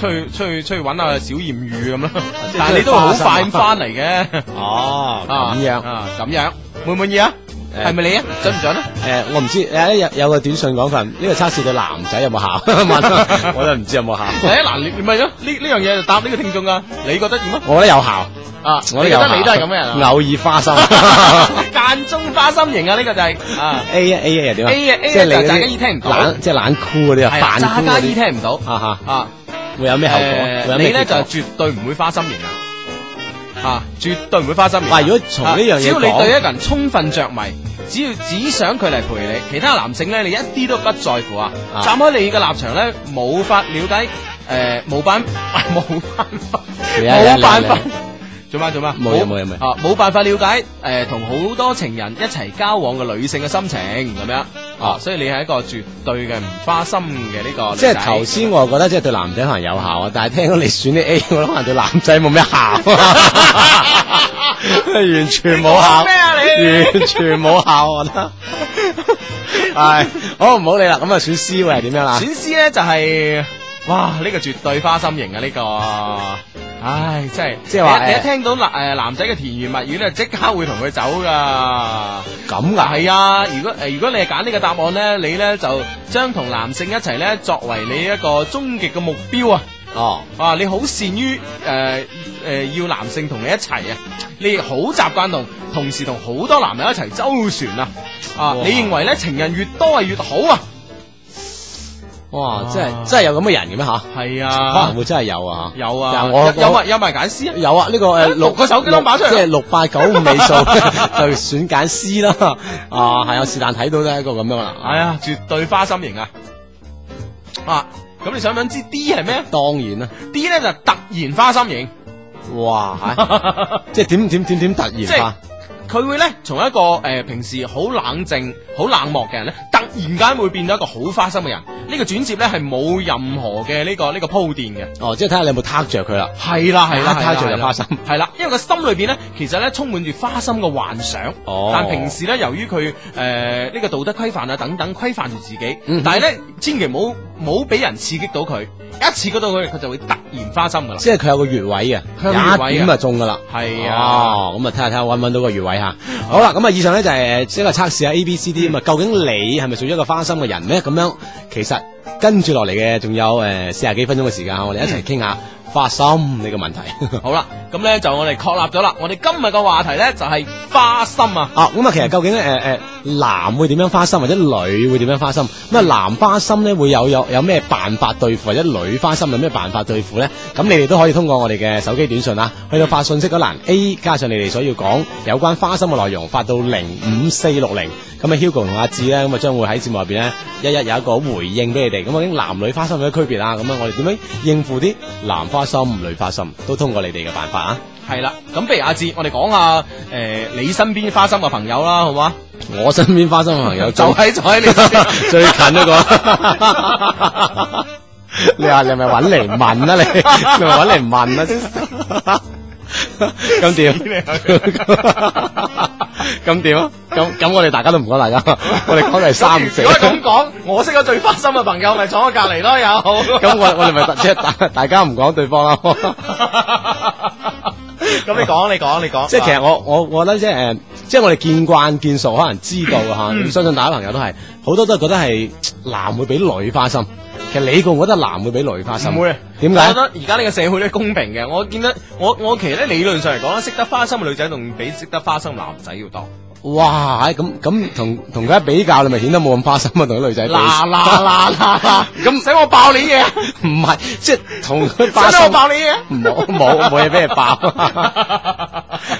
出去出去出去揾下小豔遇咁咯。
即係
但係你都好快咁翻嚟嘅。
哦，
啊
咁樣
啊，咁樣滿唔滿意啊？
誒
係咪你啊？準唔準啊？
誒、我唔知誒有有個短信講份呢個測試對男仔有冇效？問我就唔知有冇效。
第一嗱，你你咪咯，呢呢樣嘢就答呢個聽眾㗎，你覺得點啊？
我覺得有效，
啊，
我
你覺
覺得有
得
效。
你都係咁嘅人啊？
偶爾花心。
*laughs* 間中花心型啊，呢個就係啊
A 啊 A 啊又點啊
A 啊 A 啊
即係你
就
嗰啲
大家依聽唔到
懶即係懶酷嗰啲啊，
係
扮
啊
酷
渣
嗰
家
啲
依聽唔到
啊嚇
啊。
會有咩後果？
誒
會有咩
呃你咧
結
就
果
係絕對唔會花心型啊！啊，絕對唔會花心型啊。
哇如果從呢樣嘢
啊只要
講
你對一個人充分着迷，只要只想佢嚟陪你，其他男性咧你一啲都不在乎啊！
啊
站開你嘅立場咧，冇法了解誒，冇辦 *laughs* 冇辦法，
你啊你啊
冇辦
你
法
啊你。
做咩做咩？
冇嘢冇嘢冇嘢
啊！冇辦法了解誒，同好多情人一齊交往嘅女性嘅心情咁樣啊，所以你係一個絕對嘅唔花心嘅呢個女
即
仔。
係頭先我覺得即係對男仔可能有效啊，但係聽到你選啲 A，我諗可 *laughs* 能對男仔冇咩效，啊 *laughs* 完全冇效，
你講咩啊你
完全冇效，我覺
*laughs*
得。係，好唔好理啦，咁啊選 C 會係點樣啦？
選 C 咧就係、哇！呢、個絕對花心型啊！呢、個，唉，真係
即係
你
話
一你
誒
一聽到男誒男仔嘅甜言蜜語咧，即刻會同佢走噶。
咁噶
係啊！如果誒、如果你係揀呢個答案咧，你咧就將同男性一齊咧作為你一個終極嘅目標啊！
哦，
啊！你好善於誒誒要男性同你一齊啊！你亦好習慣同同時同好多男人一齊周旋啊！啊！
哇
你認為咧情人越多係越好啊？
哇，真係真係有咁嘅人嘅咩吓？
係
可
啊，
能會真係有啊！
有啊，
但係我
有有埋有埋揀 C 啊，
有啊，呢個誒六
六個手機 number 出嚟
即係六
*laughs*
八九五尾數就選揀 C 啦。 *laughs* 啊，係啊，是但睇到都係一個咁樣啦。
係啊，絕對花心型啊！啊，咁你想唔想知 D 係咩
當然啦，
？D 咧就係突然花心型，
哇，
*laughs*
係即係點點點點突
即
然
係
化，
佢會咧從一個誒、呃平時好冷靜、好冷漠嘅人咧，突然間會變咗一個好花心嘅人。呢個轉折咧係冇任何嘅呢個呢個鋪墊嘅。
哦，即係睇下你有冇撻着佢啦。
係啦係啦，係啦
撻着就花心。
係啦，因為個心裏邊咧，其實咧充滿住花心嘅幻想。
哦
但平時咧，由於佢誒呢個道德規範啊等等規範住自己，但係咧千祈唔好唔好俾人刺激到佢，一刺激到佢，佢就會突然花心噶啦。
即係佢有個穴位嘅，
佢有個穴位啊
一點就中噶啦。
係啊
哦，咁啊睇下睇下揾唔揾到個穴位吓。好啦，咁啊以上咧就係一個測試下 A、B、C、D 咁啊，究竟你係咪屬於一個花心嘅人咧？咁樣其實跟住落嚟嘅仲有誒四十幾分鐘嘅時間，我哋一齊傾下花心呢個問題。
好啦，咁咧就我哋確立咗啦。我哋今日嘅話題咧就係花心啊。
啊，咁啊，其實究竟誒誒、呃男會點樣花心，或者女會點樣花心？咁啊，男花心咧會有有有咩辦法對付，或者女花心有咩辦法對付咧？咁你哋都可以通過我哋嘅手機短信啊，去到發信息嗰欄 A 加上你哋所要講有關花心嘅內容，發到零五四六零。咁啊，Hugo 同阿志咧，咁啊將會喺節目入邊咧，一一有一個回應俾你哋。咁究竟男女花心有咩區別啊？咁啊，我哋點樣應付啲男花心、女花心，都通過你哋嘅辦法啊！
係啦，咁不如阿志，我哋講下誒、呃你身邊花心嘅朋友啦，好啊嘛？
我身邊花心嘅朋友
就
最
喺就喺你身邊
最近嗰、 *laughs* 個。你話你係咪揾嚟問啊？你你咪揾嚟問 *laughs* 啊？咁點？咁點啊？咁咁我哋大家都唔講 *laughs* 大家，我哋講第三者。
如果咁講，我識咗最花心嘅朋友咪坐我隔離咯，有。
咁我我哋咪即係大大家唔講對方啦。
咁你講，你講，你講。
*laughs* 即係其實我我我覺得即係誒，即係我哋見慣見熟，可能知道嘅嚇。咁相信大家朋友都係好多都係覺得係男會比女花心。其實你覺唔覺得男會比女花心？
唔會啊
點
我覺
解？
得而家呢個社會咧公平嘅，我見得我我其實咧理論上嚟講咧，識得花心嘅女仔仲比識得花心男仔要多。
哇！唉咁咁同同佢一比較，你咪顯得冇咁花心啊！ *laughs* 同啲女仔比，
嗱嗱嗱嗱嗱，咁使我爆你嘢？ *laughs*
唔係即係同佢花
使
心
我，爆你嘢？
冇冇冇嘢俾你
*laughs*
爆。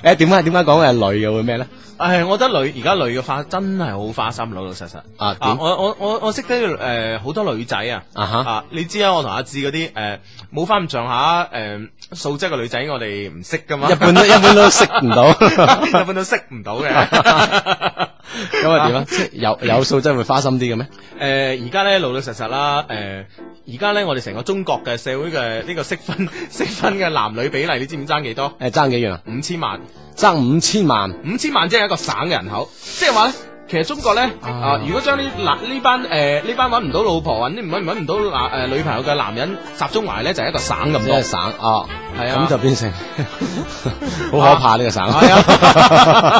誒點啊解點解講係女嘅會
*laughs*
咩咧？
唉，我覺得女而家女嘅花真係好花心，老老實實。
啊點
啊，我我我我識得誒好多女仔啊，
啊哈
啊，你知啊，我同阿志嗰啲誒冇翻咁上下誒素質嘅女仔，我哋唔識噶嘛，
一般都一般都識
*laughs*
唔到
一般都識唔到嘅。
*laughs* 咁啊點啊？即係有有數真係會花心啲嘅咩？
誒呃而家咧老老實實啦，誒而家咧我哋成個中國嘅社會嘅呢個適 *laughs* 婚適婚嘅男女比例，你知唔知爭幾多？
誒爭幾樣啊？
五千萬，
爭五千萬。
五千萬即係一個省嘅人口，即係話咧。其實中國咧，啊、如果將呢嗱呢班誒呢班揾唔到老婆，揾唔揾揾唔到男誒、呃女朋友嘅男人集中埋咧，就係一個省咁
即
多
係。省哦，
係啊
咁就變
*laughs*
成 *laughs* 好可怕呢個省。
係啊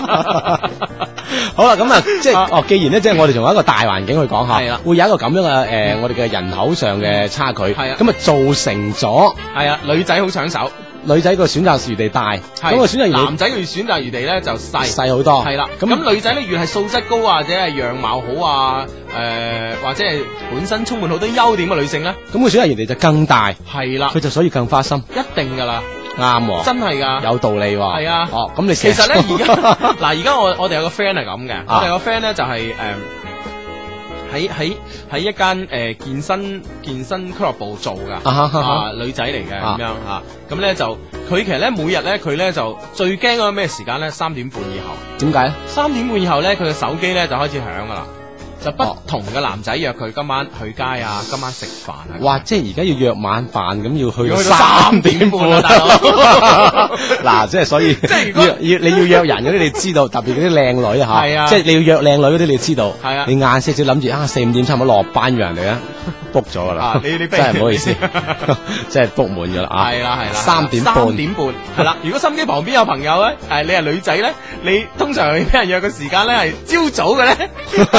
啊， *laughs* 好啦，咁啊，即係哦，既然咧，即係我哋從一個大環境去講下，
係啦
會有一個咁樣嘅誒，我哋嘅人口上嘅差距，
係啊
咁啊造成咗
係啊，女仔好搶手，
女仔個選擇餘地大，
係
*laughs* 咁個選擇餘地
男仔越選擇餘地咧就細
細好多
係啦，咁
咁
咁女仔咧越係素質高啊，或者係樣貌好啊，誒、或者係本身充滿好多優點嘅女性咧，
咁個選擇餘地就更大，
係啦
佢，就所以更花心，
一定噶啦，
啱喎，
啊真係㗎
有道理喎，
係啊
哦，咁你
其實咧，而
*laughs*
家
家
嗱，而家我我哋有個 friend 係咁嘅，
啊
我哋有個 friend 咧就係誒喺喺喺一間誒、呃健身健身俱樂部做噶，
啊哈哈
啊女仔嚟嘅
啊
咁樣啊，咁咧就佢其實咧每日咧佢咧就最驚嗰個咩時間咧三點半以後，
點解咧？
三點半以後咧佢嘅手機咧就開始響噶啦，就不
哦
同嘅男仔約佢今晚去街啊，今晚食飯啊。
哇！即係而家要約晚飯，咁要去
要
到
去到三
三
點
點
半啊
半，
大佬
*laughs* 嗱，即係所以，即
係如果
要要你要約人嗰啲，你知道，特別嗰啲靚女啊
係啊
嚇，即係你要約靚女嗰啲，你知道，
係啊
你晏些少諗住啊，四五點差唔多落班約人
*laughs*
哋啊，book 咗㗎
啊
啦，
你你
*laughs* 真係唔好意思，真係 book 滿咗啦啊，
係啦係啦，
三點半，
三點半係
*laughs*
啦。如果心機旁邊有朋友咧，誒你係女仔咧，你通常俾人約嘅時間咧係朝早嘅
*laughs*
咧， *laughs*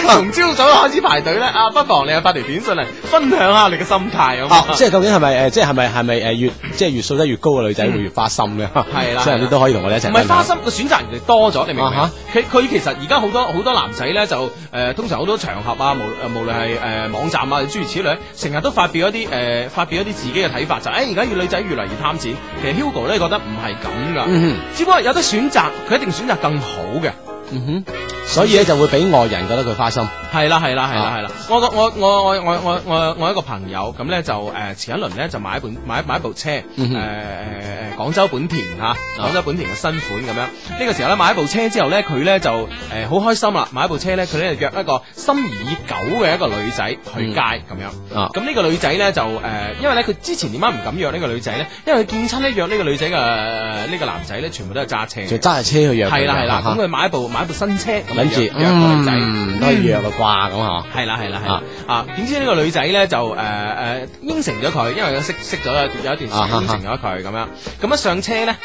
從朝早開始排隊咧，啊不妨你又發條短信嚟分享下你嘅心態
啊
好，
即係究竟係咪誒，即係係咪係咪誒越即係越素質越高嘅女仔會越花心咧？
嗯係啦
即係你都可以同我哋一齊
唔
分
係
享
花心個選擇人哋多咗，你明唔明
啊
啊？佢佢其實而家好多好多男仔咧就誒、呃通常好多場合啊，無誒無論係誒、呃、網站啊諸如此類，成日都發表一啲誒、呃、發表一啲自己嘅睇法，就誒哎而家要女仔越嚟越貪錢。其實 Hugo 咧覺得唔係咁噶，
嗯哼
只不過有得選擇，佢一定選擇更好嘅。
嗯哼，所以咧就會俾外人覺得佢花心。
系啦系啦系
啊
啦系啦，我個我我我我我我我有一個朋友咁咧就誒、呃前一輪咧就買一本買買一部呃車誒
嗯
誒
哼啊
誒廣州本田嚇、廣州本田嘅新款咁樣。呢、個時候咧買一部車之後咧，佢咧就誒呃好、開心啦，買一部車咧佢咧就約一個心儀已久嘅一個女仔去街咁、樣。
啊
咁呢個女仔咧就誒、呃因為咧佢之前點解唔敢約呢個女仔咧？因為佢見親咧約呢個女仔嘅呃呢個男仔咧，全部都係揸車嘅。
就揸住車去約佢
係啦係啦，
啊
咁佢買一部買一部新車咁
諗住
樣約約個女仔。
嗯都係約啦啩咁嗬。
系啦系啦系啦啊！點知呢個女仔咧就誒誒、應承咗佢，因為佢識識咗有有一段時
啊哈
間
哈
應承咗佢咁樣。咁一啊上車咧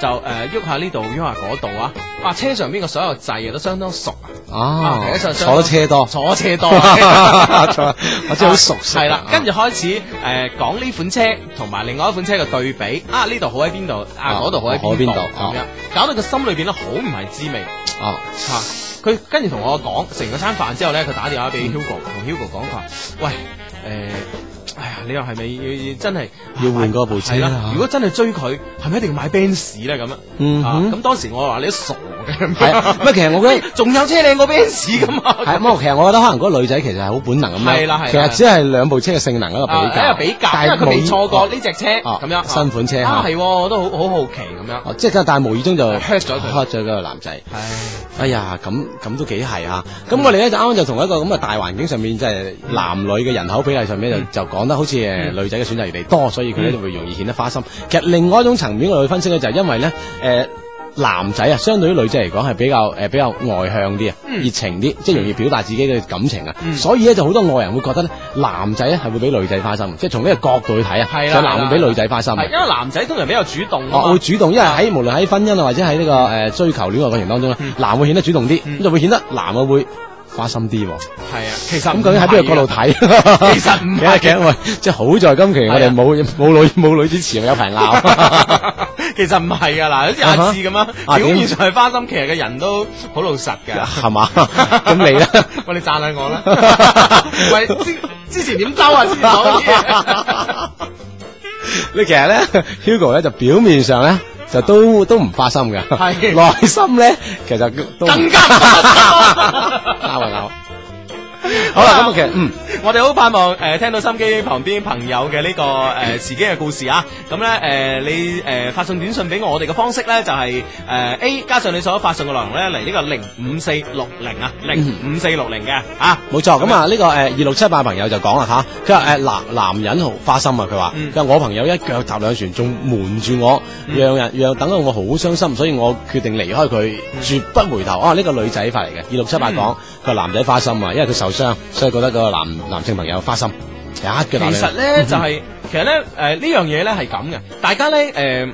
就誒喐下呢度喐下嗰度啊！哇！車上邊嘅所有掣啊都相當熟啊！啊
哦
第一上相
坐得
*laughs*
車多， *laughs*
坐車多
坐 *laughs* 我真係好熟悉。啊
係啦，跟住開始誒講呢款車同埋另外一款車嘅對比啊！呢度好喺邊度啊？
啊
嗰度好喺
好喺
邊
邊
度
度
咁
啊
樣，搞到佢心裏邊咧好唔係滋味。
哦，
吓、啊佢跟住同我講食完嗰餐飯之後咧，佢打電話俾 Hugo，同 Hugo 講佢話：，喂，诶、哎呀，你又係咪要真係
要換嗰部車
啊係啦？
啦
如。果真係追佢，係咪一定要買 Benz 咧？咁啊，
嗯
啊
哼
咁當時我話你都傻嘅，
係啊乜其實我覺得
仲有車靚過 Benz 噶嘛？ *laughs*
係，咁我其實我覺得可能嗰個女仔其實係好本能咁樣，
係啦係啦
其實只係兩部車嘅性能一個比
啊，因
較，
為比較，因
但
為
係
佢未
冇
坐過呢只車
哦
咁樣
新款車
啊，
嚇
係喎，我都好好好奇咁樣。
哦，即係但係無意中就
hurt 咗佢
hurt 咗嗰個男仔。
唉。
哎呀，咁咁都幾係啊！咁我哋咧就啱啱就同一個咁嘅大環境上面，即係男女嘅人口比例上面
嗯
就就講得好似誒女仔嘅選擇越嚟越多，所以佢咧就會容易顯得花心。其實另外一種層面我哋分析咧，就係因為咧誒。男仔啊，相對於女仔嚟講係比較誒、比較外向啲啊，
嗯
熱情啲，即係容易表達自己嘅感情啊，所以咧就好多外人會覺得咧，男仔咧係會比女仔花心嘅，即係從呢個角度去睇啊，
係啦
就
係啦
男會比女仔花心啊嘅
係因為男仔通常比較主動啊嘛
哦，會主動，因為喺無論喺婚姻啊，或者喺呢個誒追求戀愛過程當中咧，男會顯得主動啲，咁就會顯得男嘅會花心啲
係
喎。
啊，其實
咁究竟喺邊個角度睇？ *laughs*
其實唔係
其實喂，即係好在今期我哋冇冇女冇女之前有排拗，
*laughs* 其實唔係啊噶，嗱，好似阿志咁樣，
啊
表
點啊
面上係花心，其實嘅人都好老實噶。
*laughs* 係嘛？咁你咧？
喂，你讚下我
*laughs*
啦！喂，之之前點兜啊？之前講嘢，
你其實咧，Hugo 咧就表面上咧就都都唔花心
*laughs*
嘅，
係
內心咧其實都更加拗啊拗。好啦，咁啊其實嗯。
我哋好盼望誒、呃、聽到心機旁邊朋友嘅呢、個誒、呃、自己嘅故事啊！咁咧誒你誒、呃發送短信俾我哋嘅方式咧就係、呃 A 加上你所發送嘅內容咧嚟呢個零五四六零啊，零五四六零嘅啊，
冇錯，咁啊呢個誒二六七八朋友就講啦吓，佢話誒呃男男人好花心啊，佢話
嗯
佢話我朋友一腳踏兩船，仲瞞住我，讓人讓等到我好傷心，所以我決定離開佢，絕不回頭。啊呢個女仔發嚟嘅，二六七八講佢話男仔花心啊，因為佢受傷，所以覺得個男男性朋友花心，一腳踏
其
兩
實
船
咧就係、其實咧誒呢樣嘢咧係咁嘅，大家咧誒。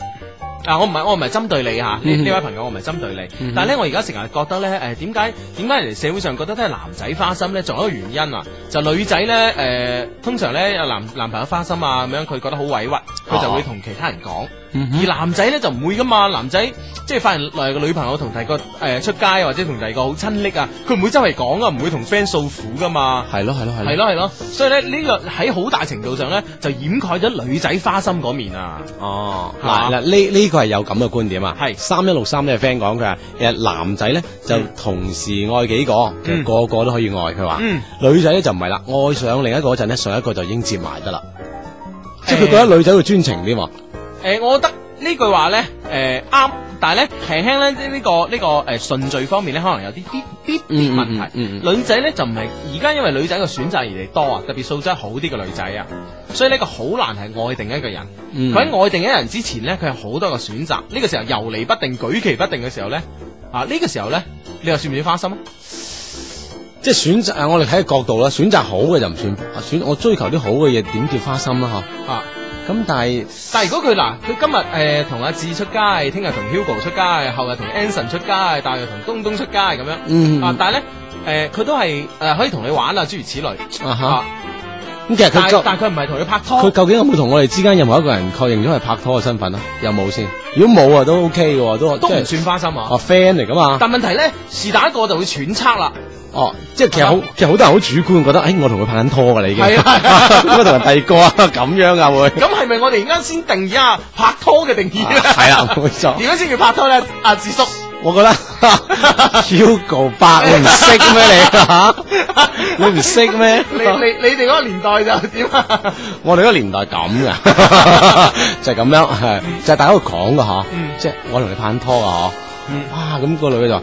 啊！我唔係我唔係針對你嚇，呢
嗯哼
呢位朋友我唔係針對你，
嗯哼
但係咧我而家成日覺得咧誒點解點解人哋社會上覺得都係男仔花心咧？仲有一個原因啊，就女仔咧誒通常咧有男男朋友花心啊咁樣，佢覺得好委屈，佢
哦
就會同其他人講。
嗯
而男仔咧就唔會噶嘛，男仔即係發現誒個女朋友同第二個誒、出街或者同第二個好親昵啊，佢唔會周圍講啊，唔會同 friend 訴苦噶嘛。
係咯係咯係
系咯系咯，所以咧呢、個喺好大程度上咧就掩蓋咗女仔花心嗰面啊。
哦，
係嘛
嗱嗱呢呢個係有咁嘅觀點啊，係嗯三一六三呢個 friend 講佢話誒男仔咧就同時愛幾個，其實個個都可以愛佢話，
嗯
女仔咧就唔係啦，愛上另一個嗰陣咧，上一個就已經接埋得啦，即係佢覺得女仔會專情啲喎，
诶、我覺得呢句話咧诶啱，但係咧輕輕咧呢、呢個呢、個诶順序方面咧可能有啲啲
嗯
啲啲問題。
嗯
女仔咧就唔係而家因為女仔嘅選擇而嚟多啊，特別素質好啲嘅女仔啊，所以呢個好難係愛定一個人。
嗯
佢喺愛定一個人之前咧，佢有好多個選擇。呢、個時候游離不定、舉棋不定嘅時候咧，啊呢、個時候咧，你話算唔算花心啊？
即係選擇啊，我哋睇個角度啦，選擇好嘅就唔算，啊選我追求啲好嘅嘢點叫花心啦
啊！
嗬，咁但係
但係如果佢嗱，佢今日誒呃同阿志出街，聽日同 Hugo 出街，後日同 Anson 出街，大日同東東出街咁樣，
嗯
啊，但係咧誒佢都係誒、呃可以同你玩啊，諸如此類。
啊
啊
哈，咁其實
但
佢
係
就
但係佢唔係同你拍拖，
佢究竟有冇同我哋之間任何一個人確認咗係拍拖嘅身份啊？有冇先？如果冇啊，都 OK 嘅喎，都
都
即係
唔算花心啊。
哦 friend 嚟噶嘛。
但問題咧，是但一個就會揣測啦。
哦，即係其實好，其實好多人好主觀，覺得，哎誒，我同佢拍緊拖㗎啦已經，
係啊
*laughs* 咁我同人第二個啊，咁樣啊會，
咁係咪啊我哋而家先定義一下拍拖嘅定義咧？
啊 *laughs* 係啦，冇錯。
點樣先叫拍拖咧？阿、志叔，
我覺得 Hugo 伯你唔識咩你吓？你 *laughs* 唔識咩？
你你你哋嗰個年代就點啊？
我哋嗰個年代咁噶，就係咁樣，係就係大家會講噶嗬，即係我同你拍緊拖啊嗬，啊咁個女嘅就話。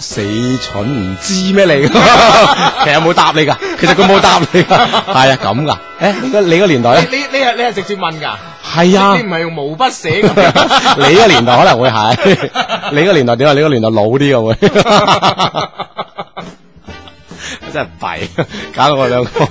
死蠢唔知咩你？其實有冇答你噶？其實佢冇答你噶，係啊咁噶。誒，你個你個年代咧
你？你你係你係直接問㗎？
係啊
你唔係用毛筆寫㗎？
*laughs* 你個年代可能會 *laughs* 係，你個年代點啊？你個年代老啲嘅會， *laughs* 真係弊，啊搞到我兩個。 *laughs*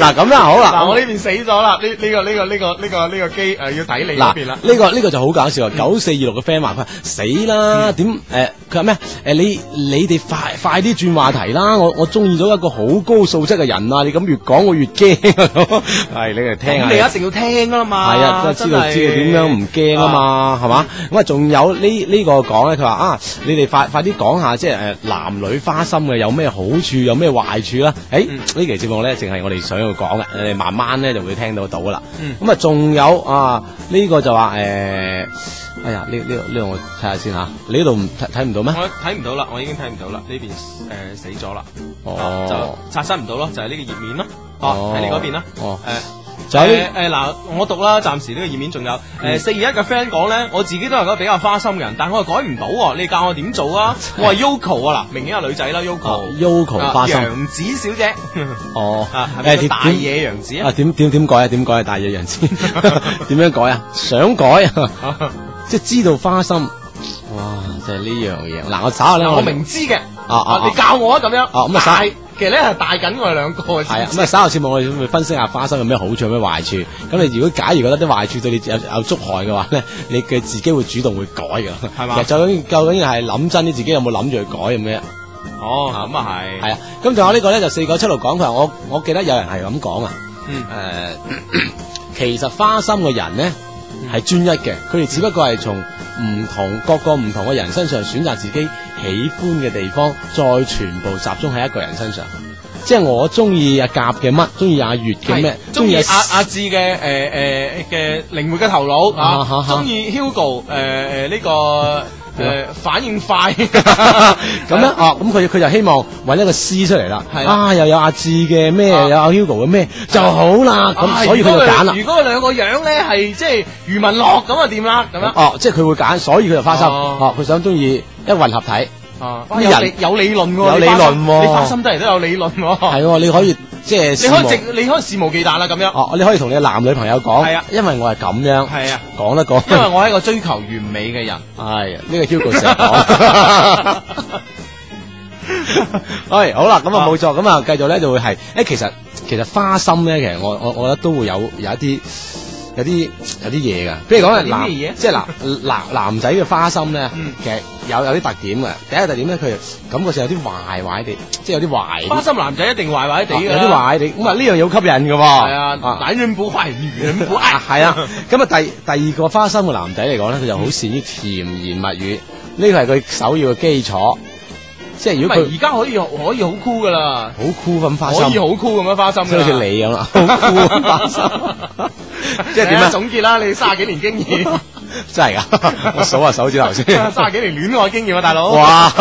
嗱咁啦，好啦，
嗱，我呢邊死咗啦，呢呢個呢個呢個呢個呢個機呃誒要睇你嗰
嗱，
邊啦
呢。個呢個就好搞笑啊！九四二六嘅 friend 話佢話死啦，點誒？佢話咩？誒你你哋快快啲轉話題啦！我我中意咗一個好高素質嘅人啊！你咁越講我越驚，係你嚟聽下。
咁你一定要聽㗎啦嘛。
係啊，知道知道點樣唔驚啊嘛，係嘛？咁啊，仲有呢呢個講咧，佢話啊，你哋快快啲講下，即係誒男女花心嘅有咩好處，有咩壞處啦？誒
嗯
呢期節目咧，淨係我哋想要講嘅，呃你哋慢慢咧就會聽到到噶啦。
嗯
咁啊，仲有啊，呢個就話誒，哎呀，呢呢個呢個我睇下先吓，你呢度唔睇睇唔到咩？
我睇唔到啦，我已經睇唔到啦，呢邊誒死咗啦，啊
哦
就刷新唔到咯，就係呢個頁面咯，
哦
哦喺你嗰邊啦，
哦
誒。
仲有呢嗯
誒哦誒嗱，我讀啦，暫時呢個頁面仲有誒四二一嘅 friend 講咧，我自己都係個比較花心嘅人，但我係改唔到喎，你教我點做
*laughs*
啊？我係 Yoko 啊嗱，明顯係女仔啦
哦
，Yoko。
Yoko 花
啊
心
楊子小姐，
哦
啊，係咪
誒
叫
點
大
點
野洋子啊
啊？點點點改啊？點改啊？大野 *laughs* 洋子點樣改啊？想改 *laughs* 啊？即係知道花心，哇！就係呢樣嘢。嗱，我查下咧，
嗱我
哋
明知嘅，
啊啊啊
你教我啊咁樣，
啊咁啊
大，其實咧係大緊我哋兩個嘅，
係啊，咁啊稍後節目我哋會分析下花心有咩好處，有咩壞處。咁你如果假如覺得啲壞處對你有有觸害嘅話咧，你嘅自己會主動會改嘅。係
嘛
其實究竟究竟係諗真啲，自己有冇諗住去改咁樣？
哦，咁啊係，
係啊，咁仲有呢個咧就四九七六講佢話我我記得有人係咁講啊，
嗯
誒 *coughs* 其實花心嘅人咧
嗯
係專一嘅，佢哋只不過係從唔同各個唔同嘅人身上選擇自己喜歡嘅地方，再全部集中喺一個人身上。即係我中意阿甲嘅乜，中意阿月嘅咩，
中意
鍾
阿阿志嘅誒誒嘅靈活嘅頭腦
啊哈
啊，
哈
中意 Hugo 誒誒呢個
點
誒反應快，
咁咧哦，咁佢佢就希望揾一個 C 出嚟啦，
係啦
啊又有阿志嘅咩，又有阿 Hugo 嘅咩就好
啊
啦，咁所以佢就揀啦
如。果佢兩個樣咧係即係余文樂咁啊點啦咁樣
哦，即係佢會揀，所以佢就花心。
哦
哦，佢想中意一混合體。
啊，
呢
哇有
人
理有理論喎，
有
你花心
理論喎
你花心得嚟都有理論喎，
係喎，你可以即係
哦你
肆
可以
無
直你可以肆無忌憚啦咁樣，
哦，你可以同你嘅男女朋友講。
係啊
因為我係咁樣。
係啊，
講得講。
因為我係一個追求完美嘅人。
係呢個 Hugo 成日 *laughs* 講。喂，好啦，咁啊冇錯，咁啊繼續咧就會係，誒其實其實花心咧，其實我我我覺得都會有有一啲有啲有啲嘢噶，譬如講係
有啲
男，
咩嘢
即係男男男仔嘅花心咧
嗯，
其實有有啲特點嘅。第一個特點咧，佢感覺上有啲壞壞地，即係有啲壞。
花心男仔一定壞壞地㗎
有
啦，
啲壞地，咁啊呢樣嘢好吸引嘅喎。
係
Ờ,
啊，男人不壞，女人不愛。
係啊， *laughs* 咁啊第第二個花心嘅男仔嚟講咧，佢就好善於甜言蜜語，呢個係佢首要嘅基礎。即係如
唔
果
係而
佢
家可以可以好酷噶啦，
好酷咁花心，
可以好酷咁樣啊花心
即
㗎
係好似
*laughs* 啦。
你咁啦，好酷咁
*laughs*
花心，即係點啊？
總結啦，你卅幾年經
*laughs*
驗， *laughs*
真係㗎，我數下手指頭先。
卅幾年戀愛經驗啊，大佬。
哇！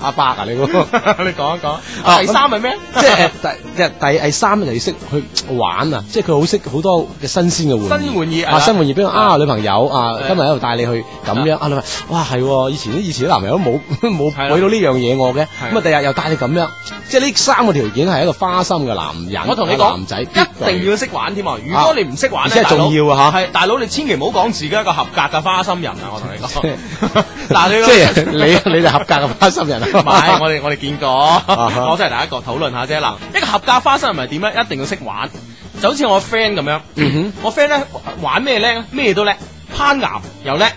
阿伯啊，你嗰個
*laughs* 你講一
啊
講，第三係咩？
即係誒第即係第第三就要識去玩啊！即係佢好識好多嘅新鮮嘅玩意，
新玩意係啦
啊，新玩意，比如啊女朋友啊，
係
今日喺度帶你去咁樣啊，你話哇係喎，以前啲以前啲男朋友都冇冇 *laughs*
係啦
俾到呢樣嘢我嘅，
係
咁啊第日又帶你咁樣，即係呢三個條件係一個花心嘅男人，
我同你
一個
講，
男仔必
一定要識玩添啊！如果你唔識玩
而
咧，
且係重要啊
嚇。係大佬，你千祈唔好講自己一個合格嘅花心人啊！我同你講， *laughs* 嗱你個
嗱即係你你就合格嘅花心人啊，
*laughs* 唔係我哋我哋見過，
哈
我真係第一個討論下啫。嗱，一個合格花心人係點咧？一定要識玩，就好似我 friend 咁樣。
嗯
我 friend 咧玩咩叻？咩都叻，攀岩又叻，啊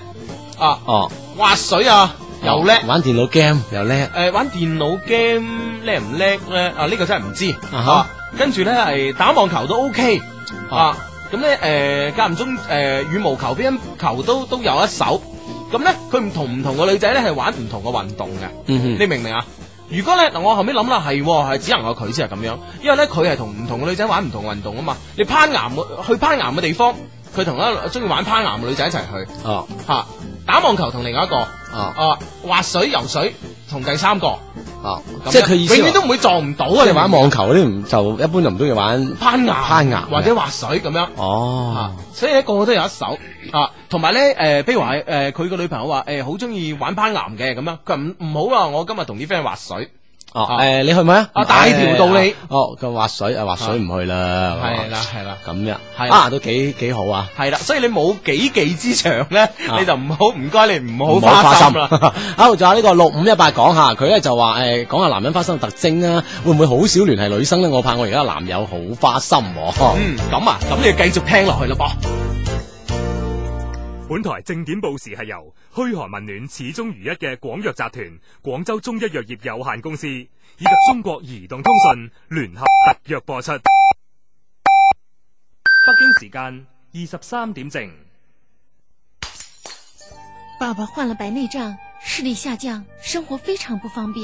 哼，哦，
滑水啊又叻，
玩電腦 game 又叻，
诶、玩電腦 game 叻唔叻咧？啊呢、個真係唔知
啊哈哦
啊跟住咧係打網球都 OK 啊，咁咧诶間唔中诶羽毛球、乒乓球都都有一手。咁咧佢唔同唔同嘅女仔咧係玩唔同嘅運動嘅，
嗯哼
你明唔明啊？如果咧嗱，我後尾諗啦，係喎係只能夠佢先係咁樣，因為咧佢係同唔同嘅女仔玩唔同運動啊嘛。你攀岩去攀岩嘅地方，佢同一中意玩攀岩嘅女仔一齊去，
哦，
吓、打網球同另外一個，啊滑水、游水同第三個
啊，
咁
即係佢意思
樣永
話
遠都唔會撞唔到
好
啊！
啊，
你
你玩
明唔明
網球嗰啲唔就一般就唔中意玩
攀岩、
攀岩
或者滑水咁樣。
哦，
所以咧個個都有一手啊，同埋咧誒，譬如話誒，呃佢、個女朋友話誒好中意玩攀岩嘅咁樣，佢話唔唔好啊，我今日同啲 friend 滑水，
哦，誒，你去唔去啊？
啊大條道理
誒哦，佢滑水啊，滑水唔去啦，
係啦係啦，
咁樣
係啦
啊，都幾幾好啊，
係啦，所以你冇幾技之長咧，
啊
你就唔好唔該你唔
唔
好花心啦。
啦。 *laughs* 好，仲有呢個六五一八講下，佢咧就話誒講下男人花心嘅特徵啊，會唔會好少聯繫女生咧？我怕我而家男友好花心喎。 *laughs*
嗯，咁啊，咁你要繼續聽落去啦噃。
本台正點報時係由噓寒問暖始終如一嘅廣藥集團、廣州中一藥業有限公司以及中國移動通信聯合特約播出。北京時間二十三點正。
爸爸患了白内障，视力下降，生活非常不方便。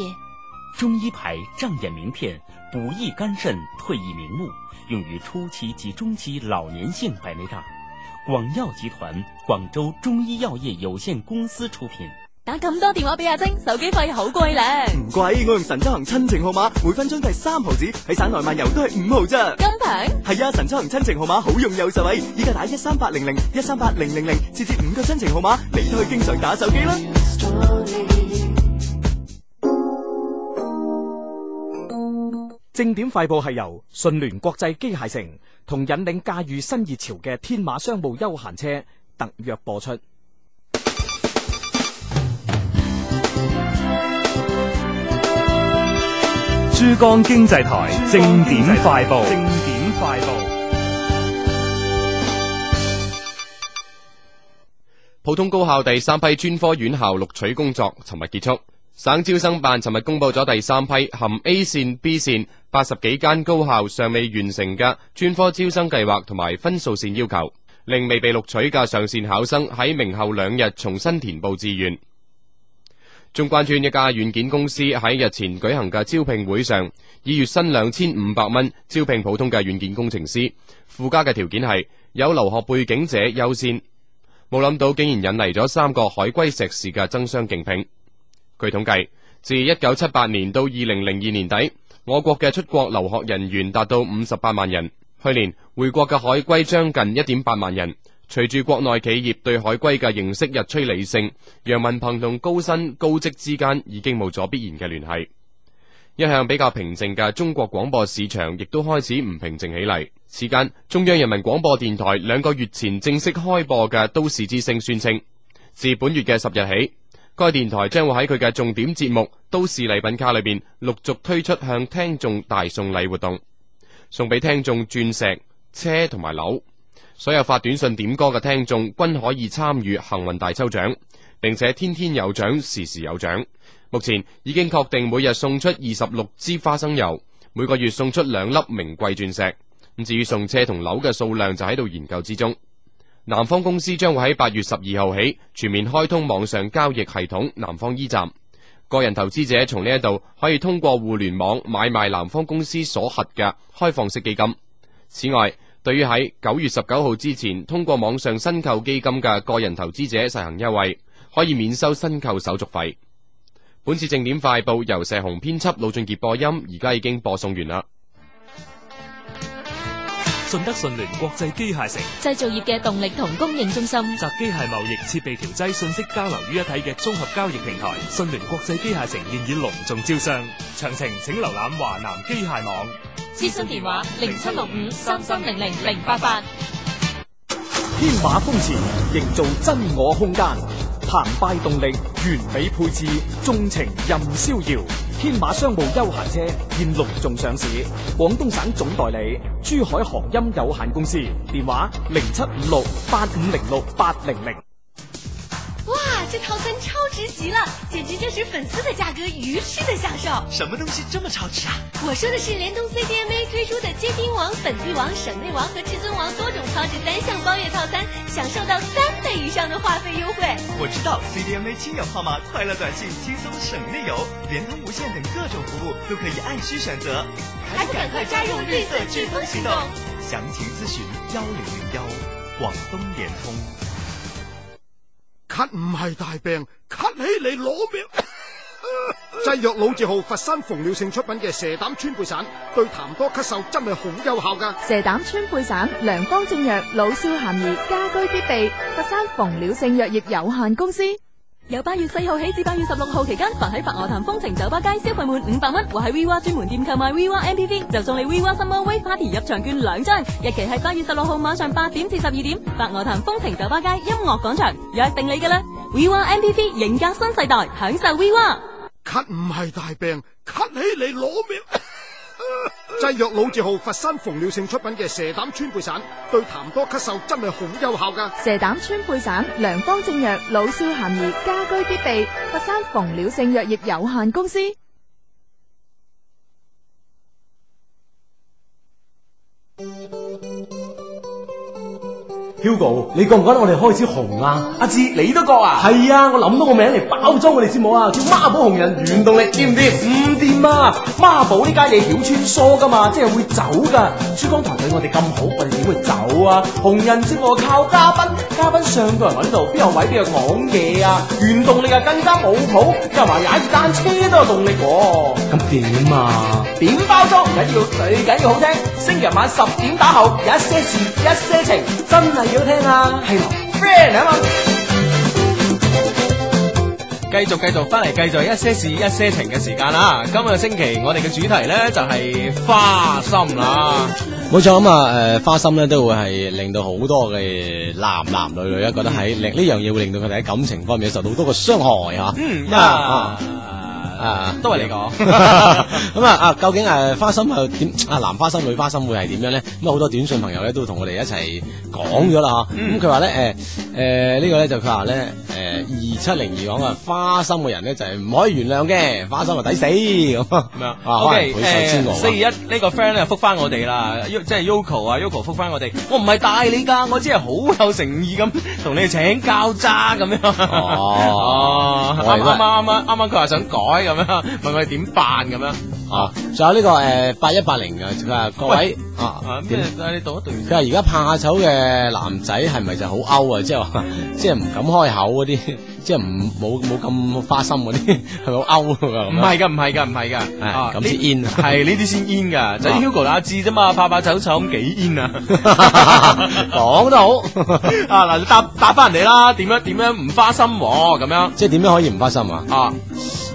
中医牌障眼明片，补益肝肾，退益明目，用于初期及中期老年性白内障。广药集团广州中医药业有限公司出品。
打咁多電話俾阿晶，手機費好貴咧。
唔貴，我用神州行親情號碼，每分鐘係三毫子，喺省內漫遊都係五毫啫。
咁平？
係啊，神州行親情號碼好用又實惠，依家打一三八零零一三八零零零，設置五個親情號碼，你都可以經常打手機啦。
正點快報係由順聯國際機械城同引領駕馭新熱潮嘅天馬商務休閒車特約播出。
珠江經濟台正點快報。
正
點快報。
普通高校第三批專科院校錄取工作尋日結束。省招生辦尋日公布咗第三批含 A 線、B 線八十幾間高校尚未完成嘅專科招生計劃同埋分數線要求，令未被錄取嘅上線考生喺明後兩日重新填報志願。中關村一家軟件公司喺日前舉行嘅招聘會上，以月薪兩千五百蚊招聘普通嘅軟件工程師，附加嘅條件係有留學背景者優先。冇諗到竟然引嚟咗三個海歸碩士嘅爭相競聘。據統計，自一九七八年到二零零二年底，我國嘅出國留學人員達到五十八萬人。去年回國嘅海歸將近一點八萬人。隨住國內企業對海歸嘅認識日趨理性，楊文憑同高薪高職之間已經冇咗必然嘅聯繫。一向比較平靜嘅中國廣播市場，亦都開始唔平靜起嚟。此間，中央人民廣播電台兩個月前正式開播嘅《都市之聲》宣稱，自本月嘅十日起，該電台將會喺佢嘅重點節目《都市禮品卡》裏邊陸續推出向聽眾大送禮活動，送俾聽眾鑽石、車同埋樓。所有發短信點歌嘅聽眾均可以參與幸運大抽獎，並且天天有獎，時時有獎。目前已經確定每日送出二十六支花生油，每個月送出兩粒名貴鑽石。咁至於送車同樓嘅數量就喺度研究之中。南方公司將會喺八月十二號起全面開通網上交易系統南方 E 站，個人投資者從呢一度可以通過互聯網買賣南方公司所核嘅開放式基金。此外，對於喺九月十九號之前通過網上申購基金嘅個人投資者實行優惠，可以免收申購手續費。本次正點快報由石紅編輯，魯俊傑播音，而家已經播送完啦。
順德順聯國際機械城，
製造業嘅動力同供應中心，
集機械貿易設備調劑信息交流於一體嘅綜合交易平台，順聯國際機械城現已隆重招商，詳情請瀏覽華南機械網。
諮詢電話零七六五三三零零零八八。
天馬風潮，營造真我空間，澎湃動力，完美配置，縱情任逍遙。天馬商務休閒車現隆重上市，廣東省總代理珠海航音有限公司，電話零七五六八五零六八零零。
哇，这套餐超值极了，简直就是粉丝的价格，鱼吃的享受。
什么东西这么超值啊？
我说的是联通 CDMA 推出的接听王、本地王、省内王和至尊王多种超值单项包月套餐，享受到三倍以上的话费优惠。
我知道 CDMA 亲友号码快乐短信轻松省内游，联通无线等各种服务都可以按需选择，
还不赶快加入绿色飓风行动！
详情咨询幺零零幺，广东联通。
吸咳唔係大病，咳起嚟攞命。 *laughs* 制藥老字號佛山馮了性出品嘅蛇膽川貝散，對痰多咳嗽真係好有效㗎。
蛇胆川貝散，良方正藥，老少咸宜，家居必備。佛山馮了性藥業有限公司。
由八月四號起至八月十六號期間，凡喺白鵝潭風情酒吧街消費滿五百蚊，或喺 VIVA 專門店購買 VIVA MPV，就送你 VIVA Summer Wave Party 入場券兩張。日期係八月十六號晚上八點至十二點，白鵝潭風情酒吧街音樂廣場，約定你㗎啦！VIVA MPV 迎駕新世代，享受 VIVA。
咳唔係大病，咳起嚟攞命。製藥老字號佛山馮了性出品嘅蛇膽川貝散，對痰多咳嗽真係好有效㗎。
蛇膽川貝散，良方正藥，老少咸宜，家居必備。佛山馮了性藥業有限公司。
Hugo，你覺唔覺得我哋開始紅啊？
阿志，你都覺啊？
係啊，我諗到個名嚟包裝我哋節目啊，叫孖寶紅人原動力，掂唔掂？
唔掂啊！孖寶呢家嘢曉穿梭噶嘛，即係會走噶。珠江台對我哋咁好，我哋點會走啊？紅人節目靠嘉賓，嘉賓上個人我呢度邊有位邊有講嘢啊？原動力啊更加冇譜，加埋踩住單車都有動力喎、
咁點啊？
點包裝唔緊要，最緊要好聽。星期日晚十點打後，有一些事，一些情，真係要聽啊！係咯，friend 啊嘛。
繼續繼續翻嚟，繼續一些事一些情嘅時間啦。今個星期我哋嘅主題呢，就係、花心啦。
冇錯咁啊！誒、花心咧都會係令到好多嘅男男女女咧覺得喺令呢樣嘢會令到佢哋喺感情方面受到好多嘅傷害嚇。
嗯
咁啊啊，
都係你
*laughs*
講
咁啊啊，究竟誒花心係點啊？男花心、女花心會係點樣咧？咁啊好多短信朋友咧都同我哋一齊講咗啦嚇。咁佢話咧誒誒呢個咧就佢話咧誒二七零二講啊，花心嘅人咧就係唔可以原諒嘅，花心就抵死咁啊。
咁樣
啊可能
OK，
會受煎
誒，
熬啊
四一呢個 friend 咧復翻我哋啦，即係 Yoko 啊，Yoko 復翻我哋，我唔係帶你㗎，我只係好有誠意咁同你哋請教咋咁樣。哦，
我
啱
哋都係
啱啱啱啱啱佢話想改咁樣，問我哋點辦咁樣。
啊，仲有呢個誒八一八零啊，佢話各位啊
咩
點？？
你讀一讀
佢話而家怕醜嘅男仔係咪就好勾啊？即係話，即係唔敢開口嗰啲，即係唔冇冇咁花心嗰啲，係咪好勾啊？
唔係噶，唔係噶，唔係噶，啊
咁先啊
呢
*laughs* in
係呢啲先 in
*laughs*
噶，就係 Hugo 阿志啫嘛，怕怕醜醜咁幾 in 啊， *laughs*
講得好
啊嗱，答答翻人哋啦，點樣點樣唔花心喎咁樣，
*laughs* 即係點樣可以唔花心啊？
啊，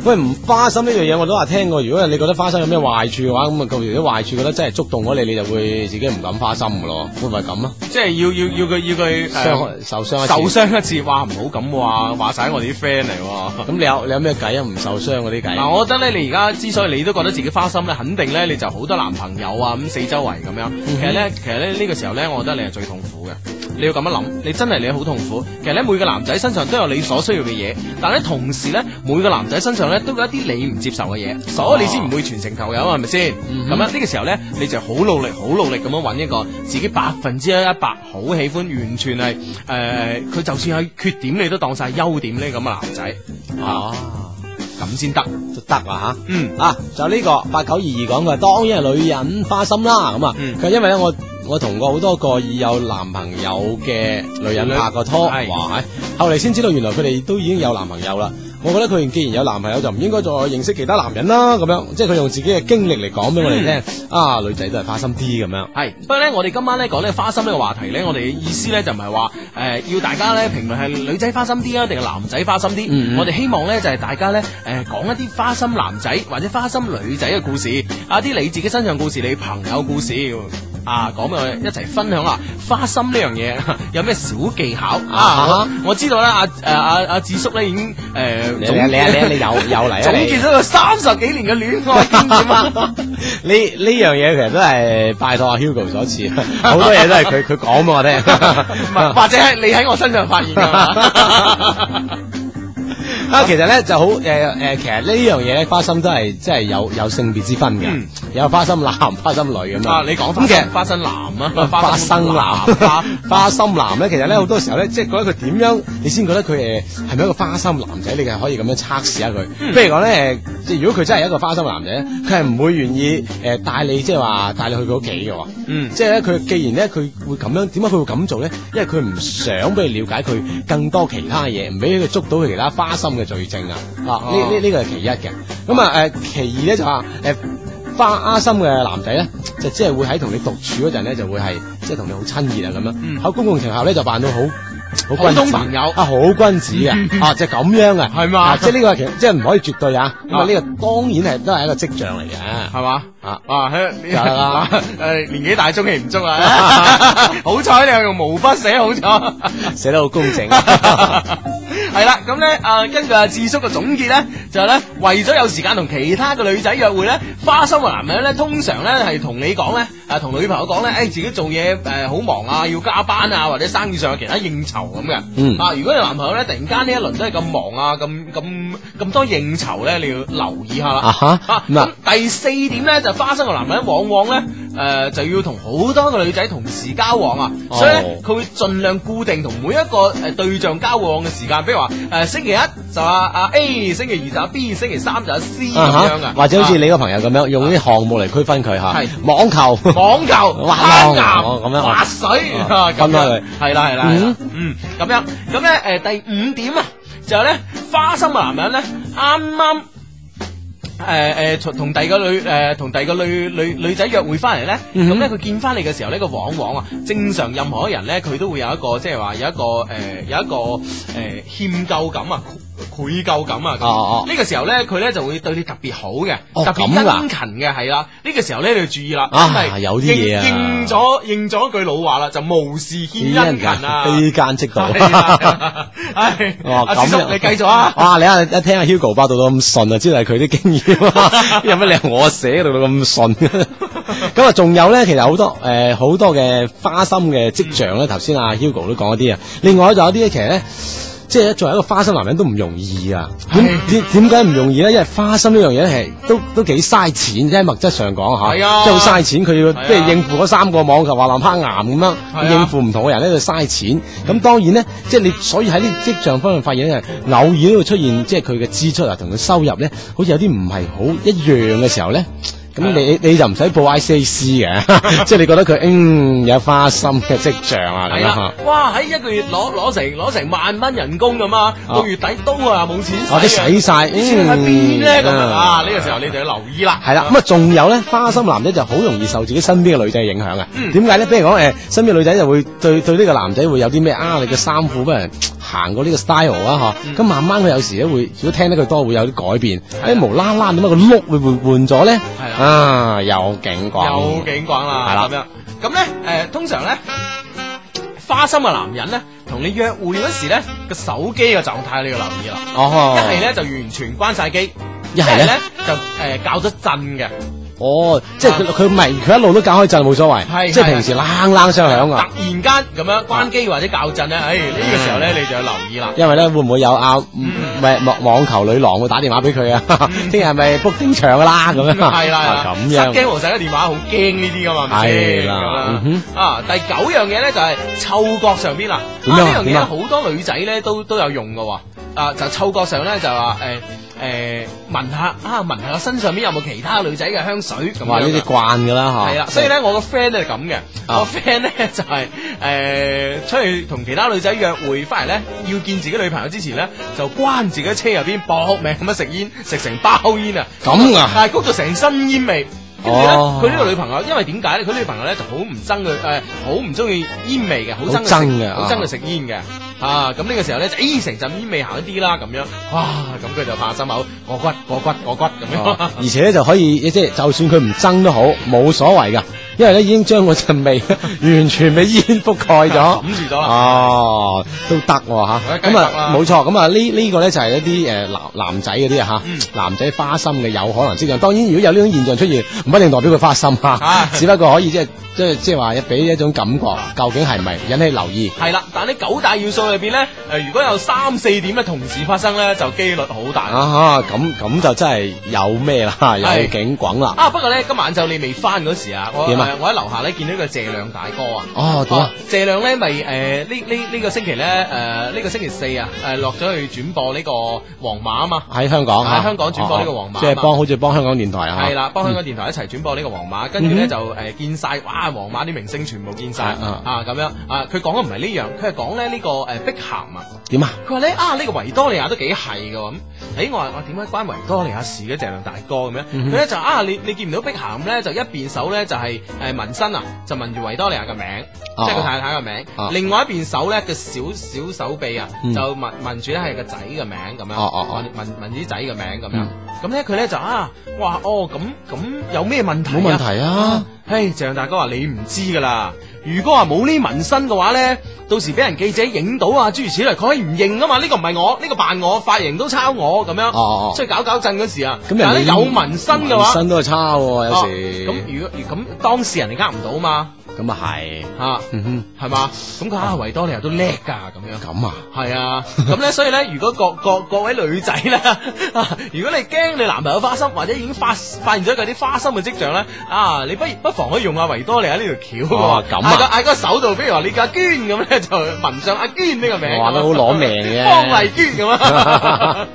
喂，唔花心呢樣嘢我都話聽過。如果你覺得花心有咩壞處嘅話，咁啊，究竟啲壞處覺得真係觸動咗你，你就會自己唔敢花心噶咯，會唔會係咁啊？
即係要要要佢要佢誒
傷害受傷一次
受傷一次，哇唔好咁話話晒我哋啲 friend 嚟喎。
咁你有你有咩計啊？唔受傷嗰啲計？
嗱，我覺得咧，你而家之所以你都覺得自己花心咧，肯定咧你就好多男朋友啊，咁四周圍咁樣。其實咧，其實咧呢個時候咧，我覺得你係最痛苦嘅。你要咁樣諗，你真係你好痛苦。其實咧，每個男仔身上都有你所需要嘅嘢，但係咧同時咧，每個男仔身上咧都有一啲你唔接受嘅嘢，所以你先唔會全程投入啊，係咪先？咁樣呢個時候咧，你就好努力、好努力咁樣揾一個自己百分之一百好喜歡，完全係誒，呃佢、就算係缺點你都當晒係優點呢咁嘅男仔。
啊，
咁先得，
就得啦吓。
嗯
啊，就呢、個八九二二講嘅，當然係女人花心啦。咁啊，佢話因為咧我。我同過好多個已有男朋友嘅女人拍過拖，
係
哇！後嚟先知道原來佢哋都已經有男朋友啦。我覺得佢既然有男朋友，就唔應該再認識其他男人啦。咁樣，即係佢用自己嘅經歷嚟講俾我哋聽，啊，女仔都係花心啲咁樣。
係，不過咧，我哋今晚咧講呢個花心呢個話題咧，我哋嘅意思咧就唔係話誒要大家咧評論係女仔花心啲啊，定係男仔花心啲。
嗯嗯
我哋希望咧就係、大家咧誒講一啲花心男仔或者花心女仔嘅故事，啊啲你自己身上故事、你朋友故事。啊，講俾我哋一齊分享下花心呢樣嘢 *laughs* 有咩小技巧啊
啊？
我我知道啦，阿誒阿阿智叔咧已經誒
你
總
你你你又
*laughs*
又嚟啊你
總結咗個三十幾年嘅戀愛經驗
*laughs*
啊！
呢呢樣嘢其實都係拜託阿 Hugo 所賜，好多嘢都係佢佢講俾我聽。 *laughs*
唔係或者係你喺我身上發現㗎。
啊，其實咧就好诶诶，其實呢樣嘢咧，花心都係即係有有性別之分嘅，有花心男、花心女咁
啊，你講花
咁其實
生 *laughs* 花生男啊，
花生男、花 *laughs* 花心男咧，其實咧好多時候咧，即係覺得佢點樣，你先覺得佢誒係咪一個花心男仔？你係可以咁樣測試下佢。譬如講咧誒，即係如果佢真係一個花心男仔，佢係唔會願意誒帶你即係話帶你去佢屋企嘅喎。
嗯，
即係咧佢既然咧佢會咁樣，點解佢會咁做咧？因為佢唔想俾你了解佢更多其他嘢，唔俾佢捉到佢其他花心嘅罪證啊！啊，呢呢呢個係其一嘅。咁啊誒，其二咧就話誒。花心嘅男仔咧，就即係會喺同你獨處嗰陣咧，就會係即係同你好親熱啊咁樣。喺、公共場合咧就扮到好。好君
普
子
通嗯朋友
啊，好君
*laughs*
子嘅啊，就係咁樣嘅，係嘛？即係呢個其實即係唔可以絕對啊，咁啊呢個當然係都係一個跡象嚟嘅，
*laughs* 係嘛？
啊
*laughs* 啊，
有啦
诶，年紀大中氣唔足啊！好彩你又用毛筆寫，好彩。 *laughs*
寫得好工整。
系啦，咁咧啊，根據阿智叔嘅總結咧，就係咧為咗有時間同其他嘅女仔約會咧，花心嘅男人咧，通常咧係同你講咧，啊同女朋友講咧，誒、自己做嘢誒好忙啊，要加班啊，或者生意上有其他應酬咁嘅。
嗯
啊，如果你男朋友咧突然間呢一輪都係咁忙啊，咁咁咁多應酬咧，你要留意下啦。
啊哈咁啊
第四點咧就花生嘅男人往往咧誒、呃就要同好多個女仔同時交往啊，
哦
所以咧佢會盡量固定同每一個誒對象交往嘅時間，比如話誒、呃星期一就阿阿 A，星期二就阿 B，星期三就阿 C 咁
啊
樣
哈
啊，
或者好似你個朋友咁樣，用啲項目嚟區分佢嚇
係，*laughs*
網球、
網
*laughs*
球、攀岩、
哦咁樣
滑水
哦
啊
分開佢
係啦係啦係啦
嗯，
嗯，咁樣咁咧誒第五點啊，就係咧花心嘅男人咧啱啱。誒誒，同同第二個女誒同第二個女女女仔約會翻嚟咧，咁咧佢見翻你嘅時候呢個往往啊，正常任何一人咧，佢都會有一個即係話有一個誒、有一個誒、歉疚感啊、愧愧疚感啊。咁
哦哦
呢個時候咧，佢咧就會對你特別好嘅，
哦
特別
咁㗎
殷勤嘅，係啦。呢、個時候咧，你要注意啦，
啊
因為
有啲嘢啊
應應咗應咗一句老話啦，就無事獻殷勤啊。
非奸
*laughs*
即盜。
唉
哇，
阿
咁
志叔
樣
你繼續啊。
*laughs* 哇，你一一聽阿 Hugo 巴讀到咁順啊，知道係佢啲經驗 *laughs* 啊，有乜理由我寫到咁順？ *laughs* 咁啊，仲有咧，其實好多誒好、多嘅花心嘅跡象
嗯
咧，頭先阿 Hugo 都講一啲啊。另外就有啲咧，其實咧。即係作為一個花心男人都唔容易啊！點點點解唔容易咧？因為花心呢樣嘢呢係都都幾嘥錢，即係物質上講嚇，
係啊
即係好嘥錢。佢要
係啊
即係應 *laughs* 付嗰三個網球話男攀岩咁樣，
啊嗯
應付唔同嘅人咧就嘥錢。咁當然咧，即係你所以喺呢跡象方面發現咧，偶爾都會出現即係佢嘅支出啊同佢收入咧，好似有啲唔係好一樣嘅時候咧。
啊
咁你你就唔使報 ICAC 嘅， *laughs* 即係你覺得佢嗯有花心嘅跡象啊咁
係
樣
啦
嚇，
哇！喺一個月攞攞成攞成萬蚊人工咁啊，
啊
到月底都啊冇錢使啊，
或者使晒
啲錢喺邊咧
嗯
咁樣啊？
啊
呢個時候你就要留意啦。
係啦，咁啊，仲有咧，花心男仔就好容易受自己身邊嘅女仔影響
嗯
嘅。點解咧？比如講，誒、身邊嘅女仔就會對對呢個男仔會有啲咩啊？你嘅衫褲不如行過呢個 style 啊，
嗯
嗬。咁慢慢佢有時咧會，如果聽得佢多，會有啲改變。
啊
誒無啦啦點解個碌會換換咗咧？啊，有景講。
有景講啦，
係啦
咁樣。咁咧，誒、通常咧，花心嘅男人咧，同你約會嗰時咧，個手機嘅狀態你要留意啦。
哦
一係咧就完全關晒機，
一係呢
呢就誒、教咗震嘅，
哦，即係佢佢唔係佢一路都搞開陣冇所謂，
係啊
即係
係
平時啷啷聲響啊。
突然間咁樣關機或者教震咧，誒、呢、個時候咧你就要留意啦。
因為咧會唔會有啊
嗯
唔係網網球女郎會打電話俾佢啊？聽日係咪 book 丁場㗎啦咁
*laughs*
樣？
係嗯啦係
啊
啦，
咁樣。
驚王仔嘅電話好驚呢啲噶嘛，係咪先
係啦
咁啊
嗯
啊，第九樣嘢咧就係嗅覺上邊啦。
點
啊呢
樣啊
樣嘢
點
呢
啊
好多女仔咧都都有用噶喎。啊，就嗅覺上咧就話誒誒聞下啊聞下個身上邊有冇其他女仔嘅香水咁樣㗎。啊
哇！呢啲慣噶啦嚇，
係啦，啊所以咧我個 friend 咧係咁嘅，
啊
我 friend 咧就係、呃出去同其他女仔約會翻嚟咧，要見自己女朋友之前咧，就關自己車入邊搏命咁啊樣食煙，食成包煙啊！
咁啊
係焗到成身煙味。跟住咧，
哦
佢呢個女朋友，因為點解咧？佢呢個女朋友咧就好唔憎佢，誒好唔中意煙味嘅，好憎佢食
好憎嘅
好憎佢食煙嘅。啊，咁呢個時候咧就，咦，成陣煙味行一啲啦，咁樣，哇，咁佢就怕心口，我骨，我骨，我骨咁樣。
*laughs*
*laughs*
而且咧就可以即係就算佢唔爭都好，冇所謂噶，因為咧已經將嗰陣味 *laughs* 完全俾煙覆蓋咗，
冚住咗啦
哦，都得喎嚇，
梗係
咁
得啦
啊冇錯，咁啊呢呢個咧就係一啲誒男男仔嗰啲啊
嗯
嚇，男仔
啊
花心嘅有可能跡象。當然如果有呢種現象出現，唔一定代表佢花心嚇，只不過可以即係即係即係話俾一種感覺，究竟係咪引起留意？
系啦，但係呢九大要素裏边咧，诶、如果有三四點嘅同時發生咧，就機率好大。
啊哈，咁咁就真係有咩啦，有
係
警滾啦。
啊！不過咧，今晚就你未翻嗰時啊，我
點啊
誒我喺樓下咧見到一個謝亮大哥啊。
哦點啊
謝亮咧咪誒呢呢呢個星期咧誒呢個星期四啊誒落咗去轉播呢個皇馬啊嘛。
喺香港
喺
嚇
香港轉播呢個皇馬啊嘛。
即係幫好似幫香港電台啊。
係啦，幫香港
嗯。
電台一齊轉播呢個皇馬，跟住咧
嗯哼
就誒見晒，哇！皇馬啲明星全部見晒
啊
啊咁樣啊！佢講嘅唔係呢樣，佢係講咧呢個誒碧咸啊。
點啊？
佢話咧啊，呢、個維多利亞都幾係嘅咁。誒，我話我點解關維多利亞事嘅謝亮大哥咁樣？
嗯哼
佢咧、就啊，你你見唔到碧咸咧，就一邊手咧就係、誒紋身啊，就紋住維多利亞嘅名，
哦
即係佢太太嘅名。
哦
另外一邊手咧嘅小小手臂啊，
嗯
就紋紋住咧係個仔嘅名咁樣，
哦哦哦
紋紋紋啲仔嘅名咁樣
嗯。
咁咧佢咧就啊，哇哦咁咁有咩問題、啊？
冇問題啊！
唉，鄭大哥話你唔知噶啦，如果話冇呢紋身嘅話咧，到時俾人記者影到啊，諸如此類，佢可以唔認啊嘛，呢、個唔係我，呢、個扮我，髮型都抄我咁樣，
哦哦
所以搞搞震嗰時啊，
咁人
但係
哋
咧有紋身嘅
紋
話，
身都係差喎，有
哦
時。
咁如果咁當事人你呃唔到嘛，
咁啊係。
啊
嗯哼。
係嘛？咁佢啊維多利亞都叻㗎咁樣。
咁啊？
系啊，咁咧，所以咧，如果各各各位女仔咧，如果你驚你男朋友花心，或者已經發發現咗佢啲花心嘅跡象咧，啊，你不如不妨可以用下維多利亞呢條橋
哦
喎，
咁啊
嗌個嗌個手度，比如話你叫阿娟咁咧，就紋上阿娟呢個名，
話得好攞命嘅
方麗娟咁
*laughs*
啊。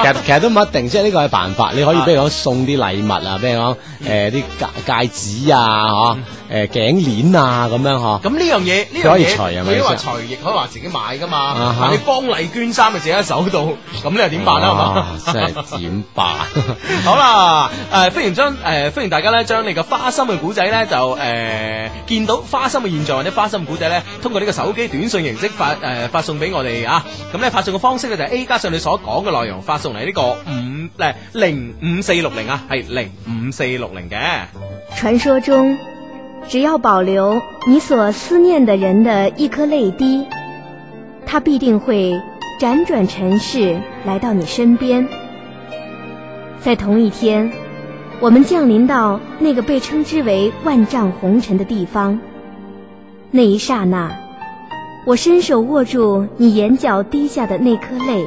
其實其實都唔一定，即係呢個係辦法。你可以比如講送啲禮物
*laughs*
啊，比如講誒啲戒戒指
嗯
啊，嗬誒頸鏈啊咁樣嗬。
咁呢樣嘢呢
佢
樣
可以
嘢，
除啊係咪
佢都話
先
除，亦可以話自己買噶嘛。
啊哈哦
但你方麗娟衫就自己喺手度，咁你又點辦啊？係嘛
哇，真係點辦？
*laughs* 好啦，誒、歡迎將誒、歡迎大家咧，將你嘅花心嘅古仔咧，就誒、見到花心嘅現象或者花心嘅古仔咧，通過呢個手機短信形式發誒、發送俾我哋啊。咁咧發送嘅方式咧就係 A 加上你所講嘅內容，發送嚟呢個五誒零五四六零啊，係零五四六零嘅。
传说中，只要保留你所思念的人的一颗泪滴，他必定会辗转尘世来到你身边。在同一天，我们降临到那个被称之为万丈红尘的地方。那一刹那，我伸手握住你眼角滴下的那颗泪，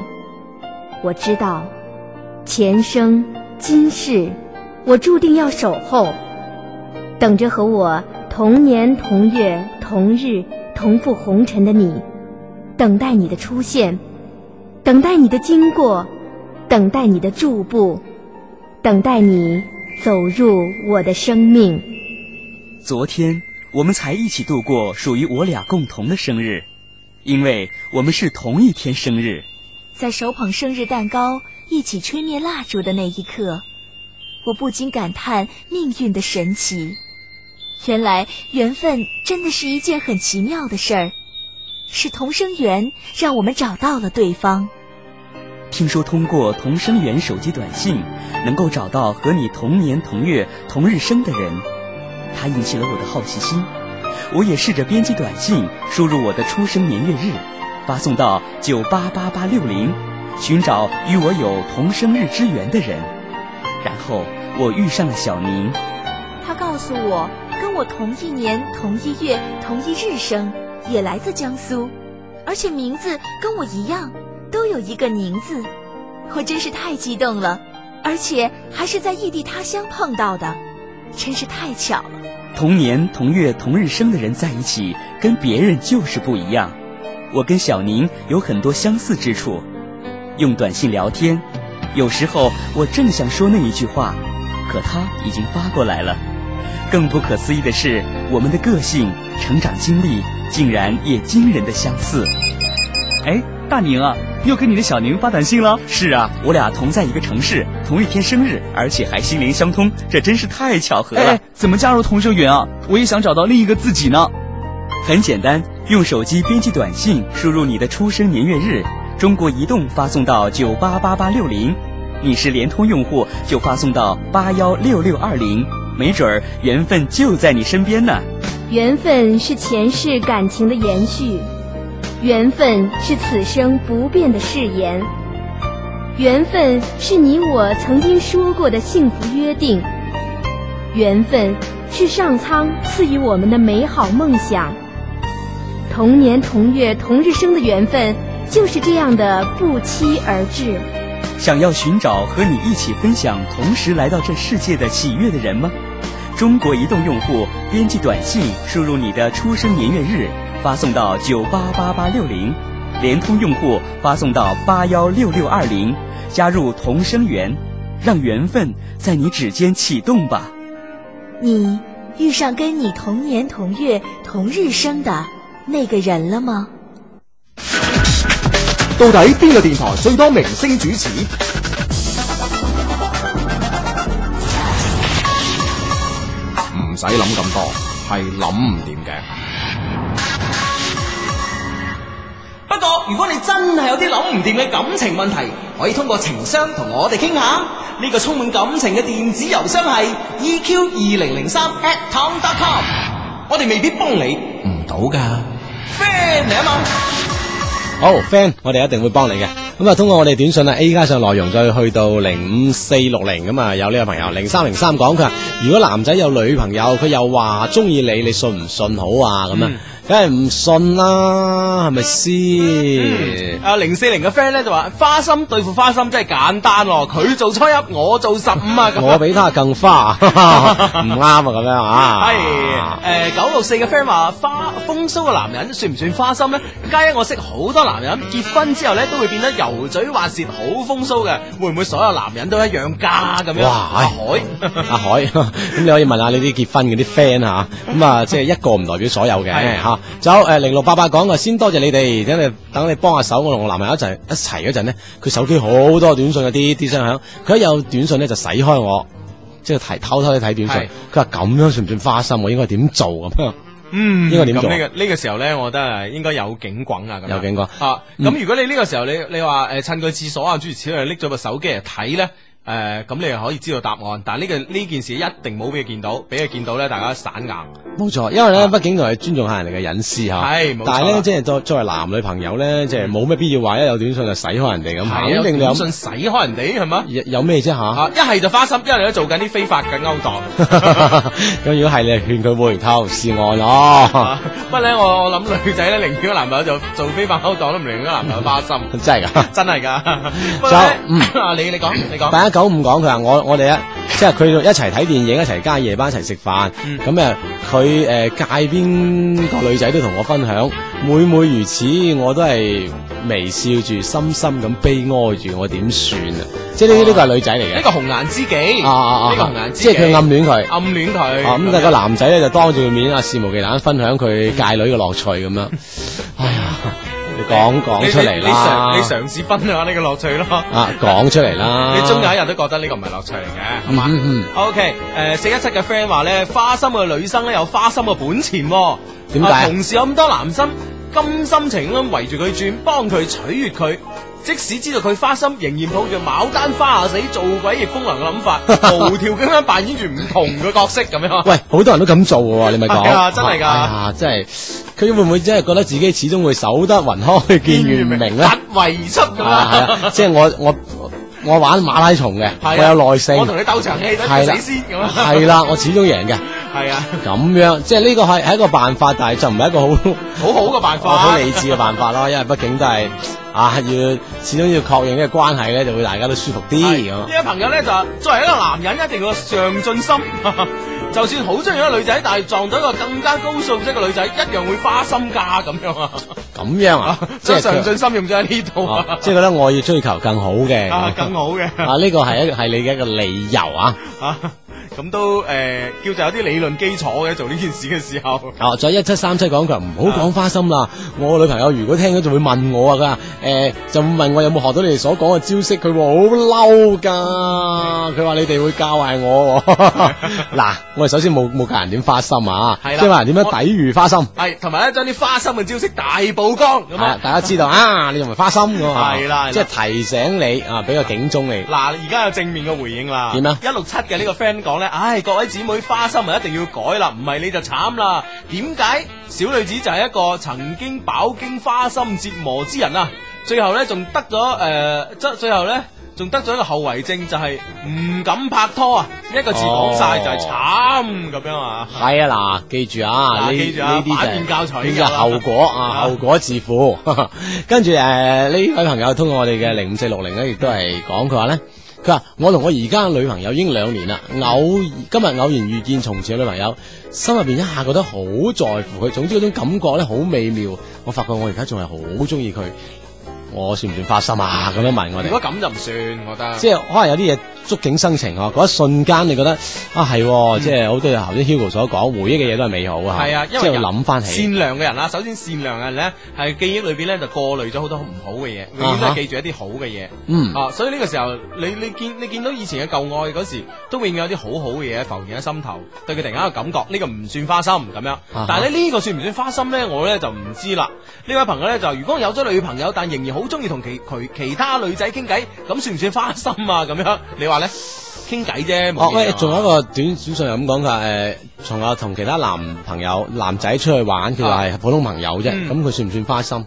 我知道，前生今世，我注定要守候。等着和我同年同月同日同赴红尘的你，等待你的出现，等待你的经过，等待你的驻步，等待你走入我的生命。
昨天我们才一起度过属于我俩共同的生日，因为我们是同一天生日。
在手捧生日蛋糕，一起吹灭蜡烛的那一刻，我不禁感叹命运的神奇。原来缘分真的是一件很奇妙的事儿，是同生缘让我们找到了对方。
听说通过同生源手机短信，能够找到和你同年同月同日生的人，它引起了我的好奇心。我也试着编辑短信，输入我的出生年月日，发送到九八八八六零，寻找与我有同生日之缘的人。然后我遇上了小宁，
他告诉我，跟我同一年、同一月、同一日生，也来自江苏，而且名字跟我一样，都有一个“宁”字。我真是太激动了，而且还是在异地他乡碰到的，真是太巧了。
同年同月同日生的人在一起，跟别人就是不一样。我跟小宁有很多相似之处，用短信聊天，有时候我正想说那一句话，可他已经发过来了。更不可思议的是，我们的个性、成长经历竟然也惊人的相似。哎，大宁啊，又给你的小宁发短信了？是啊，我俩同在一个城市，同一天生日，而且还心灵相通，这真是太巧合了。
哎
怎么加入同生园啊？我也想找到另一个自己呢。很简单，用手机编辑短信，输入你的出生年月日，中国移动发送到九八八八六零。你是联通用户，就发送到八幺六六二零，没准儿缘分就在你身边呢。
缘分是前世感情的延续，缘分是此生不变的誓言，缘分是你我曾经说过的幸福约定，缘分是上苍赐予我们的美好梦想。同年同月同日生的缘分就是这样的不期而至。
想要寻找和你一起分享同时来到这世界的喜悦的人吗？中国移动用户编辑短信，输入你的出生年月日，发送到九八八八六零；联通用户发送到八幺六六二零，加入同声圆，让缘分在你指尖启动吧。
你遇上跟你同年同月同日生的那个人了吗？
*laughs* 到底边个电台最多明星主持？
唔使谂咁多，系谂唔掂嘅。
不過，如果你真係有啲諗唔掂嘅感情問題，可以通過情商同我哋傾下。呢、個充滿感情嘅電子郵箱係 eq 二零零三 at tom dot com。我哋未必幫你
唔到噶。
friend 嚟啊嘛。
好 friend，我哋一定會幫你嘅。咁啊，通過我哋短信啊 A 加上內容再去到零五四六零咁啊，有呢個朋友零三零三講佢話，如果男仔有女朋友，佢又話中意你，你信唔信好啊？咁
嗯
啊，梗係唔信啦，係咪
嗯
嗯
先？
啊零四零嘅 friend 咧就話花心對付花心真係簡單咯，佢做初一，我做十五啊咁。
我比他更花， *laughs* 唔啱啊咁樣啊。
系诶九六四嘅 friend 話花風騷嘅男人算唔算花心呢？皆因我識好多男人結婚之後咧都會變得油嘴滑舌，好風騷嘅，會唔會所有男人都一樣㗎？咁樣
哇
阿
*laughs*
海。
阿海，咁你可以問下你啲結婚嗰啲 friend 吓，咁啊，即係一個唔代表所有嘅
係
吓。仲有誒呃零六八八講嘅，先多謝你哋，等你等你幫下手，我同我男朋友一齊一齊嗰陣咧，佢手機好多短信嗰啊啲啲聲響，佢一有短信咧就使開我，即係提偷偷地睇短
係
信。佢話咁樣算唔算花心？我應該點做咁樣？
嗯
應該點
咁
做啊
呢、？個呢、個時候咧，我覺得係應該有警棍啊，咁樣
有警棍嗯
啊。咁如果你呢個時候你你話誒趁佢廁所啊諸如此類拎咗部手機嚟睇咧。誒咁、你又可以知道答案，但係呢、個呢件事一定冇俾佢見到，俾佢見到咧，大家散硬。
冇錯，因為
啊
咧，畢竟仲係尊重下人哋嘅隱私嚇。
係冇錯
但係咧，即係作作為男女朋友咧，即係冇咩必要話一有短信就使開人哋
係啊
咁，肯定你有
短信使開人哋係嘛？
有有咩啫嚇？ *laughs*
啊，一係就花心，一係咧做緊啲非法嘅勾當。 *laughs*
咁如果係你勸佢回頭是岸咯， *laughs*
不過咧，我我諗女仔咧，寧願個男朋友做做非法勾當，都唔寧願個男朋友花心。
真係㗎。
真係㗎。 *laughs* 不過
仲有
呢啊，你你講你講。
八一九五講佢話我我哋一即係佢一齊睇電影，一齊加夜班，一齊食飯。
嗯
咁誒佢誒介邊個女仔都同我分享，每每如此，我都係微笑住，深深咁悲哀住，我點算啊？即係呢呢個係女仔嚟嘅。
呢個紅顏知己，
啊啊啊
呢個紅顏知己，
即係佢暗戀佢
暗戀佢，
啊咁但係個男仔咧就當住面啊，肆無忌憚分享佢界女嘅樂趣咁樣。哎呀，你講
你
講出嚟啦，
你你嘗你嘗試分享呢個樂趣咯，
啊講出嚟啦，
你終有一日都覺得呢個唔係樂趣嚟嘅，係嘛
嗯嗯
？OK，誒四一七嘅 friend 話咧，花心嘅女生咧有花心嘅本錢喎，
點解
啊同時有咁多男生甘心情咁圍住佢轉，幫佢取悅佢。即使知道佢花心，仍然抱住牡丹花下死、做鬼亦風流嘅諗法，
*laughs*
無條件咁樣扮演住唔同嘅角色咁樣。
喂，好多人都咁做嘅喎，你咪講，
係啊真係㗎
哎呀，真係，佢會唔會真係覺得自己始終會守得雲開見月明咧？
突圍而出咁
啊，係
*laughs*
啊，即係我我我玩馬拉松嘅，我
係啊
有耐性，
我同你鬥場戲，等
係啦
佢死先咁啊。
係啦，我始終贏嘅。
係啊，
咁樣，即係呢個係係一個辦法，但係就唔係一個好
好好嘅辦法，
哦好理智嘅辦法咯，因為畢竟都係啊，要始終要確認呢個關係咧，就會大家都舒服啲咁
呢。位朋友咧就話作為一個男人，一定要有上進心。 *laughs* 就算好中意一個女仔，但係撞到一個更加高素質嘅女仔，一樣會花心噶咁樣啊！
咁樣啊，即
將 *laughs*
係
上
佢
進心用咗喺呢度啊
啊，即係覺得我要追求更好嘅，
啊 *laughs* 更好嘅
啊呢個係一係你嘅一個理由啊。
啊咁都誒叫做有啲理論基礎嘅做呢件事嘅時候。
啊！再一七三七講佢話唔好講花心啦，我女朋友如果聽咗就會問我啊，佢話誒就會問我有冇學到你哋所講嘅招式，佢會好嬲噶，佢話你哋會教壞
*laughs*
我喎。嗱，我哋首先冇冇教人點花心啊，
係啦
即係話人點樣抵禦花心，
係，同埋咧將啲花心嘅招式大曝光咁
啊
啊！
大家知道啊，你就咪花心咁啊，
係啦係啦
即係提醒你啊，俾個警鐘你。
嗱，而家有正面嘅回應啦。
點啊
一六七嘅呢個 friend 講咧，唉，各位姊妹花心啊，一定要改啦，唔係你就慘啦。點解小女子就係一個曾經飽經花心折磨之人啊？最後咧仲得咗誒，即、最後咧仲得咗一個後遺症就係唔敢拍拖啊！一個字講晒
哦
就係慘咁樣啊！
系啊，嗱，記住啊，
嗱
呢
記住啊
呢啲
反
就係
面教材
呢
已經
個
有啦
後果啊，後果自負。 *laughs* 跟住诶，呢位朋友通過我哋嘅零五四六零咧，亦都係講佢話咧。佢話：我同我而家嘅女朋友已經兩年啦，偶今日偶然遇見從前嘅女朋友，心入邊一下覺得好在乎佢，總之嗰種感覺咧好美妙。我發覺我而家仲係好中意佢，我算唔算花心啊？咁樣問我哋
如。果咁就唔算，我覺得。
即係可能有啲嘢觸景生情啊！嗰一瞬間你覺得啊係喎，即係好多頭先 Hugo 所講，回憶嘅嘢都係美好啊！
嗯係啊，因
即
為
係要諗翻起。
善良嘅人啦，啊首先善良嘅人咧，係記憶裏邊咧就過濾咗好多唔好嘅嘢，永遠都
啊哈
係記住一啲好嘅嘢。
嗯
啊，所以呢個時候，你你見你見到以前嘅舊愛嗰時，都永遠有啲好好嘅嘢浮現喺心頭，對佢突然間嘅感覺，呢、個唔算花心咁樣。
啊哈
但係咧呢、個算唔算花心咧？我咧就唔知啦。呢位朋友咧就話如果有咗女朋友，但仍然好中意同其佢其他女仔傾偈，咁算唔算花心啊？咁樣你話咧？傾偈啫，冇，
哦
嘢
喂，
啊
仲有一個短短信又咁講㗎，誒，從啊同其他男朋友男仔出去玩，佢話係普通朋友啫，
啊嗯
咁佢算唔算花心？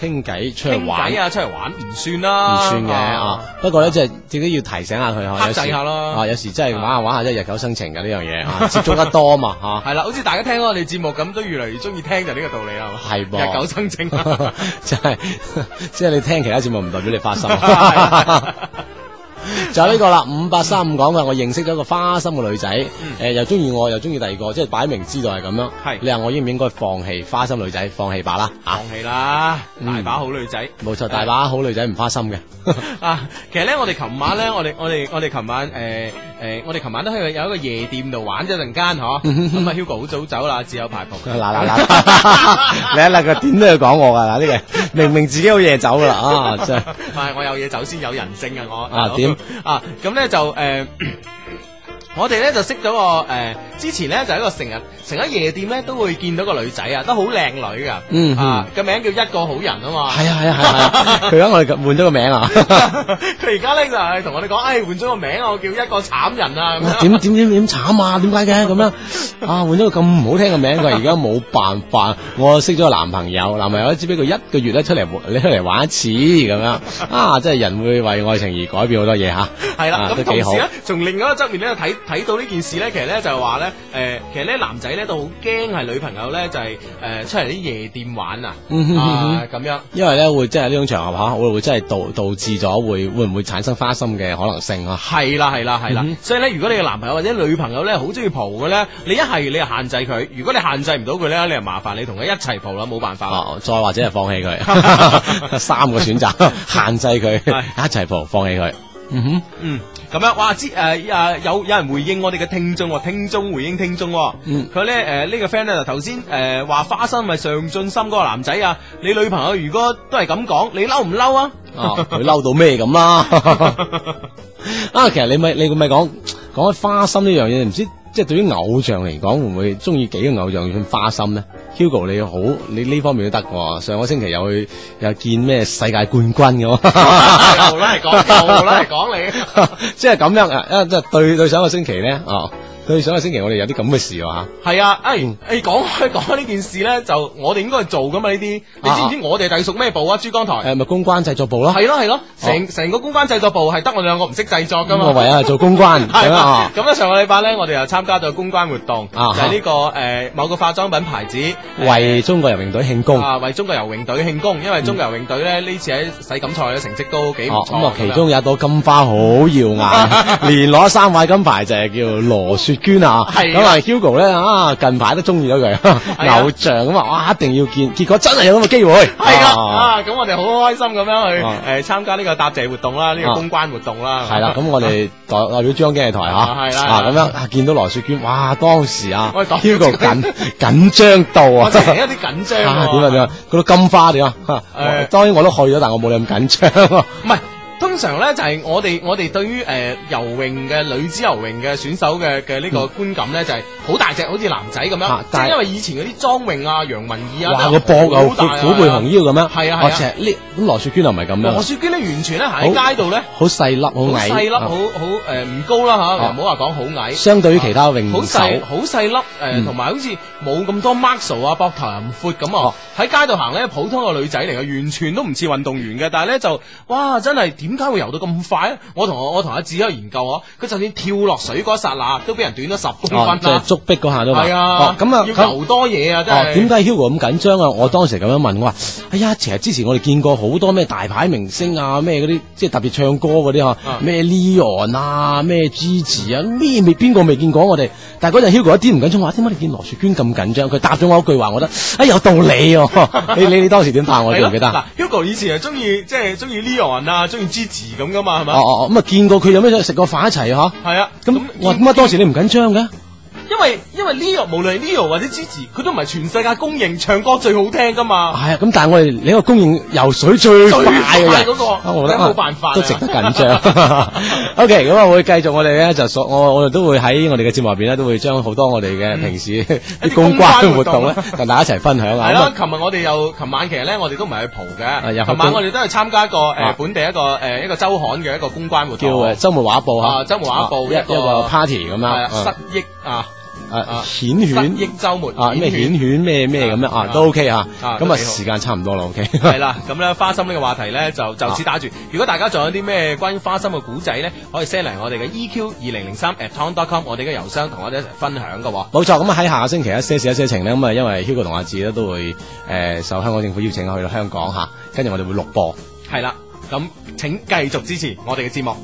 傾偈出去
傾
玩
偈啊，出嚟玩唔算
唔
啦，
算嘅啊，不過咧即係自己要提醒下佢，
克
有
制
時
下咯
啊，有時真係玩下玩下真係日久生情嘅呢樣嘢啊，接觸得多嘛啊嚇。
系啦，好似大家聽我哋節目咁，都越嚟越中意聽就呢個道理啦，啊
係
嘛
噃
日久生情啊
*laughs* 真係，即係你聽其他節目唔代表你花 *laughs* 心。啊 *laughs* 就呢個啦，五八三五講嘅，我認識咗個花心嘅女仔，誒、又中意我，又中意第二個，即係擺明知道係咁樣。嗯係你話我應唔應該放棄花心女仔？放棄吧啦，啊，
放棄啦，大
嗯
把好女仔。
冇錯，大把好女仔唔花心 *laughs* 嘅。
啊，其實咧，我哋琴晚咧，我哋我哋我哋琴晚诶诶，呃我哋琴晚都去有一個夜店度玩咗陣間嗬，咁啊 Hugo 好早走啦，自有
*laughs*
排蒲。
嗱嗱 *laughs* 嗱，你一嗱佢點都要講我㗎嗱，呢 *laughs* 個明明自己好夜走㗎啦，啊，真係。
唔係，我有嘢走先有人性啊！我
*laughs* 啊點
*laughs* 啊？咁咧就誒。呃 *clears throat* 我哋咧就識咗個誒、呃之前咧就係一個成日成日喺夜店咧都會見到個女仔啊，都好靚女噶，
嗯
啊個名叫一個好人啊嘛，
係啊係啊係啊係啊，佢而家我哋換咗個名啊，
佢而家咧就係同我哋講，唉、換咗個名啊，我叫一個慘人
*laughs*
啊咁樣。
點點點點慘啊？點解嘅咁樣啊？換咗個咁唔好聽嘅名，佢話而家冇辦法。我識咗個男朋友，男朋友只俾佢一個月咧出嚟玩， *laughs* 你出嚟玩一次咁樣啊！真係人會為愛情而改變好多嘢嚇。
係啦，
啊
咁
都
同
幾好
時。咧，從另外一個側面咧睇睇到呢件事咧，其實咧就係話咧，誒、其實咧男仔咧都好驚係女朋友咧就係、呃出嚟啲夜店玩啊，
嗯哼
啊
嗯
咁樣。
*laughs* 因為咧會即係呢種場合嚇，會會真係導導致咗會會唔會產生花心嘅可能性啊？
係啦係啦係啦
嗯哼，
所以咧，如果你嘅男朋友或者女朋友咧好中意蒲嘅咧，你一係你就限制佢，如果你限制唔到佢咧，你就麻煩你同佢一齊蒲啦，冇辦法啦。
哦再或者係放棄佢，三個選擇限制佢，一齊蒲放棄佢。嗯哼。
嗯，咁樣哇，知誒啊有有人回應我哋嘅聽眾喎，聽眾回應聽眾喎，
嗯
佢咧誒呢個 friend 咧就頭先誒話花生咪上進心嗰個男仔啊，你女朋友如果都係咁講，你嬲唔嬲
*laughs*
啊？
啊，佢嬲到咩咁啦？ *laughs* 啊，其實你咪你咪講講開花心呢樣嘢，唔知即係對於偶像嚟講，會唔會中意幾個偶像算花心呢 h u g o 你好，你呢方面都得喎。上個星期又去又見咩世界冠軍咁，
又啦嚟講，又啦嚟講你。
*laughs* 即係咁樣啊！啊即係對對上個星期呢，哦，對上個星期我哋有啲咁嘅事喎嚇。
系啊，诶、
嗯
诶，讲 *laughs* 开讲開呢件事咧，就我哋應該做噶嘛呢啲，
啊
你知唔知我哋隸屬咩部啊？珠江台
誒咪公關製作部咯，
係咯係咯，成
哦
成個公關製作部係得我哋兩個唔識製作噶
咁
嘛。
我
*laughs*
唯有係做公關咁
係
樣
啦
啊，。
咁咧上個禮拜咧，我哋又參加咗公關活動，
啊
就係呢個诶某個化妝品牌子
為中國人泳隊慶功。
啊為中國游泳隊慶功，因為中國游泳隊咧呢次喺世錦賽嘅成績都幾唔
哦，
錯。
咁啊，其中有一朵金花好耀
*laughs*
眼，連攞三塊金牌就係叫羅雪娟啊。
係啊
咁啊，Hugo 咧啊，近排都中意咗
*laughs*
佢，偶像咁啊，哇，一定要見。結果真係有咁嘅機會。
係啦，
啊
啊咁我哋好開心咁樣
啊
去诶參加呢個答謝活動啦，呢個
啊
公關活動啦。
係啦，咁我哋代代表珠江經濟台
啊係啦
嚇，啊
係
咁
啦
樣啊見到羅雪娟，哇！當時啊
我哋代表
，Hugo
珠江
緊緊張到
*laughs*
啊，
我
*laughs*
成日有啲緊張
啊
喎
點啊點啊，嗰朵金花點啊？啊
誒
當然我都去咗，但我冇你咁緊張。啊
唔係，通常咧就係我哋我哋對於誒游泳嘅女子游泳嘅選手嘅嘅呢個觀感咧，就係好大隻，好似男仔咁樣。即
嗯啊但
係
係
因為以前嗰啲莊泳啊、楊文義啊，
哇！
都
個膊又
好
虎
大啊
虎背熊腰咁樣，
係啊係
哦
啊
其實呢咁羅雪娟又唔係咁樣，
羅雪娟咧完全咧喺街度咧，
好細粒，好
好
矮，
細粒，好
啊
好誒唔高啦嚇，
啊
唔好話講好矮。
相對於其他
好
泳手，哦
細好細粒誒，
嗯
同埋好似冇咁多 muscle 啊，膊頭又唔闊
哦
咁啊！喺街度行咧，普通個女仔嚟嘅，完全都唔似運動員嘅。但係咧就哇，真係點解解會游到咁快咧？我同我我同阿志喺度研究啊，佢就算跳落水嗰一剎那，都俾人短咗十公
哦
分，
即係
啦。
捉逼嗰下都話
啊係啊
哦，咁啊，
要游多嘢啊，真
哦，
係。
點解 Hugo 咁緊張啊？我當時咁樣問，我話：哎呀，其實之前我哋見過好多咩大牌明星啊，咩嗰啲即係特別唱歌嗰啲
啊
嗬，咩 Leon 啊，咩 Gigi 啊，咩未邊個未見過我哋？但係嗰陣 Hugo 一啲唔緊張，我話點解你見羅雪娟咁緊張？佢答咗我一句話，我覺得哎有道理喎。你你你當時點答我？
係
記
*laughs* 咯
唔記得啊？
嗱，Hugo 以前係中意即係中意 Leon 啊，中意 Gigi 咁噶嘛，係咪？
哦哦，咁啊見過佢有咩食過飯一齊嗬？
係啊，
咁我話點解當時你唔緊張嘅？
因為因為 Leo 無論係 Leo 或者 Gigi，佢都唔係全世界公認唱歌最好聽噶嘛。
係啊，咁但係我哋你個公認游水最快嘅
最快
人，
嗰個
啊我覺
真
得
係冇辦法啊
都值得緊張。OK，咁啊會繼續我哋咧就所我我哋都會喺我哋嘅節目入邊咧都會將好多我哋
嗯
嘅平時 *laughs* 啲公關活動咧 *laughs* 同大家一齊分享啊。
係
咁
啦
啊，
琴日我哋又，琴晚其實咧，我哋都唔係去蒲嘅。
有啊去
琴晚
公
我哋都係參加一個誒
啊
本地一個誒一個周刊嘅一個公關活動，
叫呃誒週末畫報嚇
哦啊週末畫報
啊一一個 party 咁樣
係啊
嗯
失憶啊
啊顯犬
失憶週末
啊咩顯犬咩咩咁樣啊都 OK 嚇。
啊
咁
都
啊
幾好
時間差唔多啦 OK。 *laughs*
系啦，咁咧花心呢個話題咧就
啊
就此打住。如果大家仲有啲咩關於花心嘅古仔咧，可以 send 嚟我哋嘅 EQ 二零零三 at tom dot com，我哋嘅郵箱同我哋一齊分享嘅喎。
冇錯，咁啊喺下個星期一些事一些情咧，咁啊因為 Hugo 同阿志咧都會誒、呃受香港政府邀請去到香港嚇，跟住我哋會錄播。
係啦，咁請繼續支持我哋嘅節目。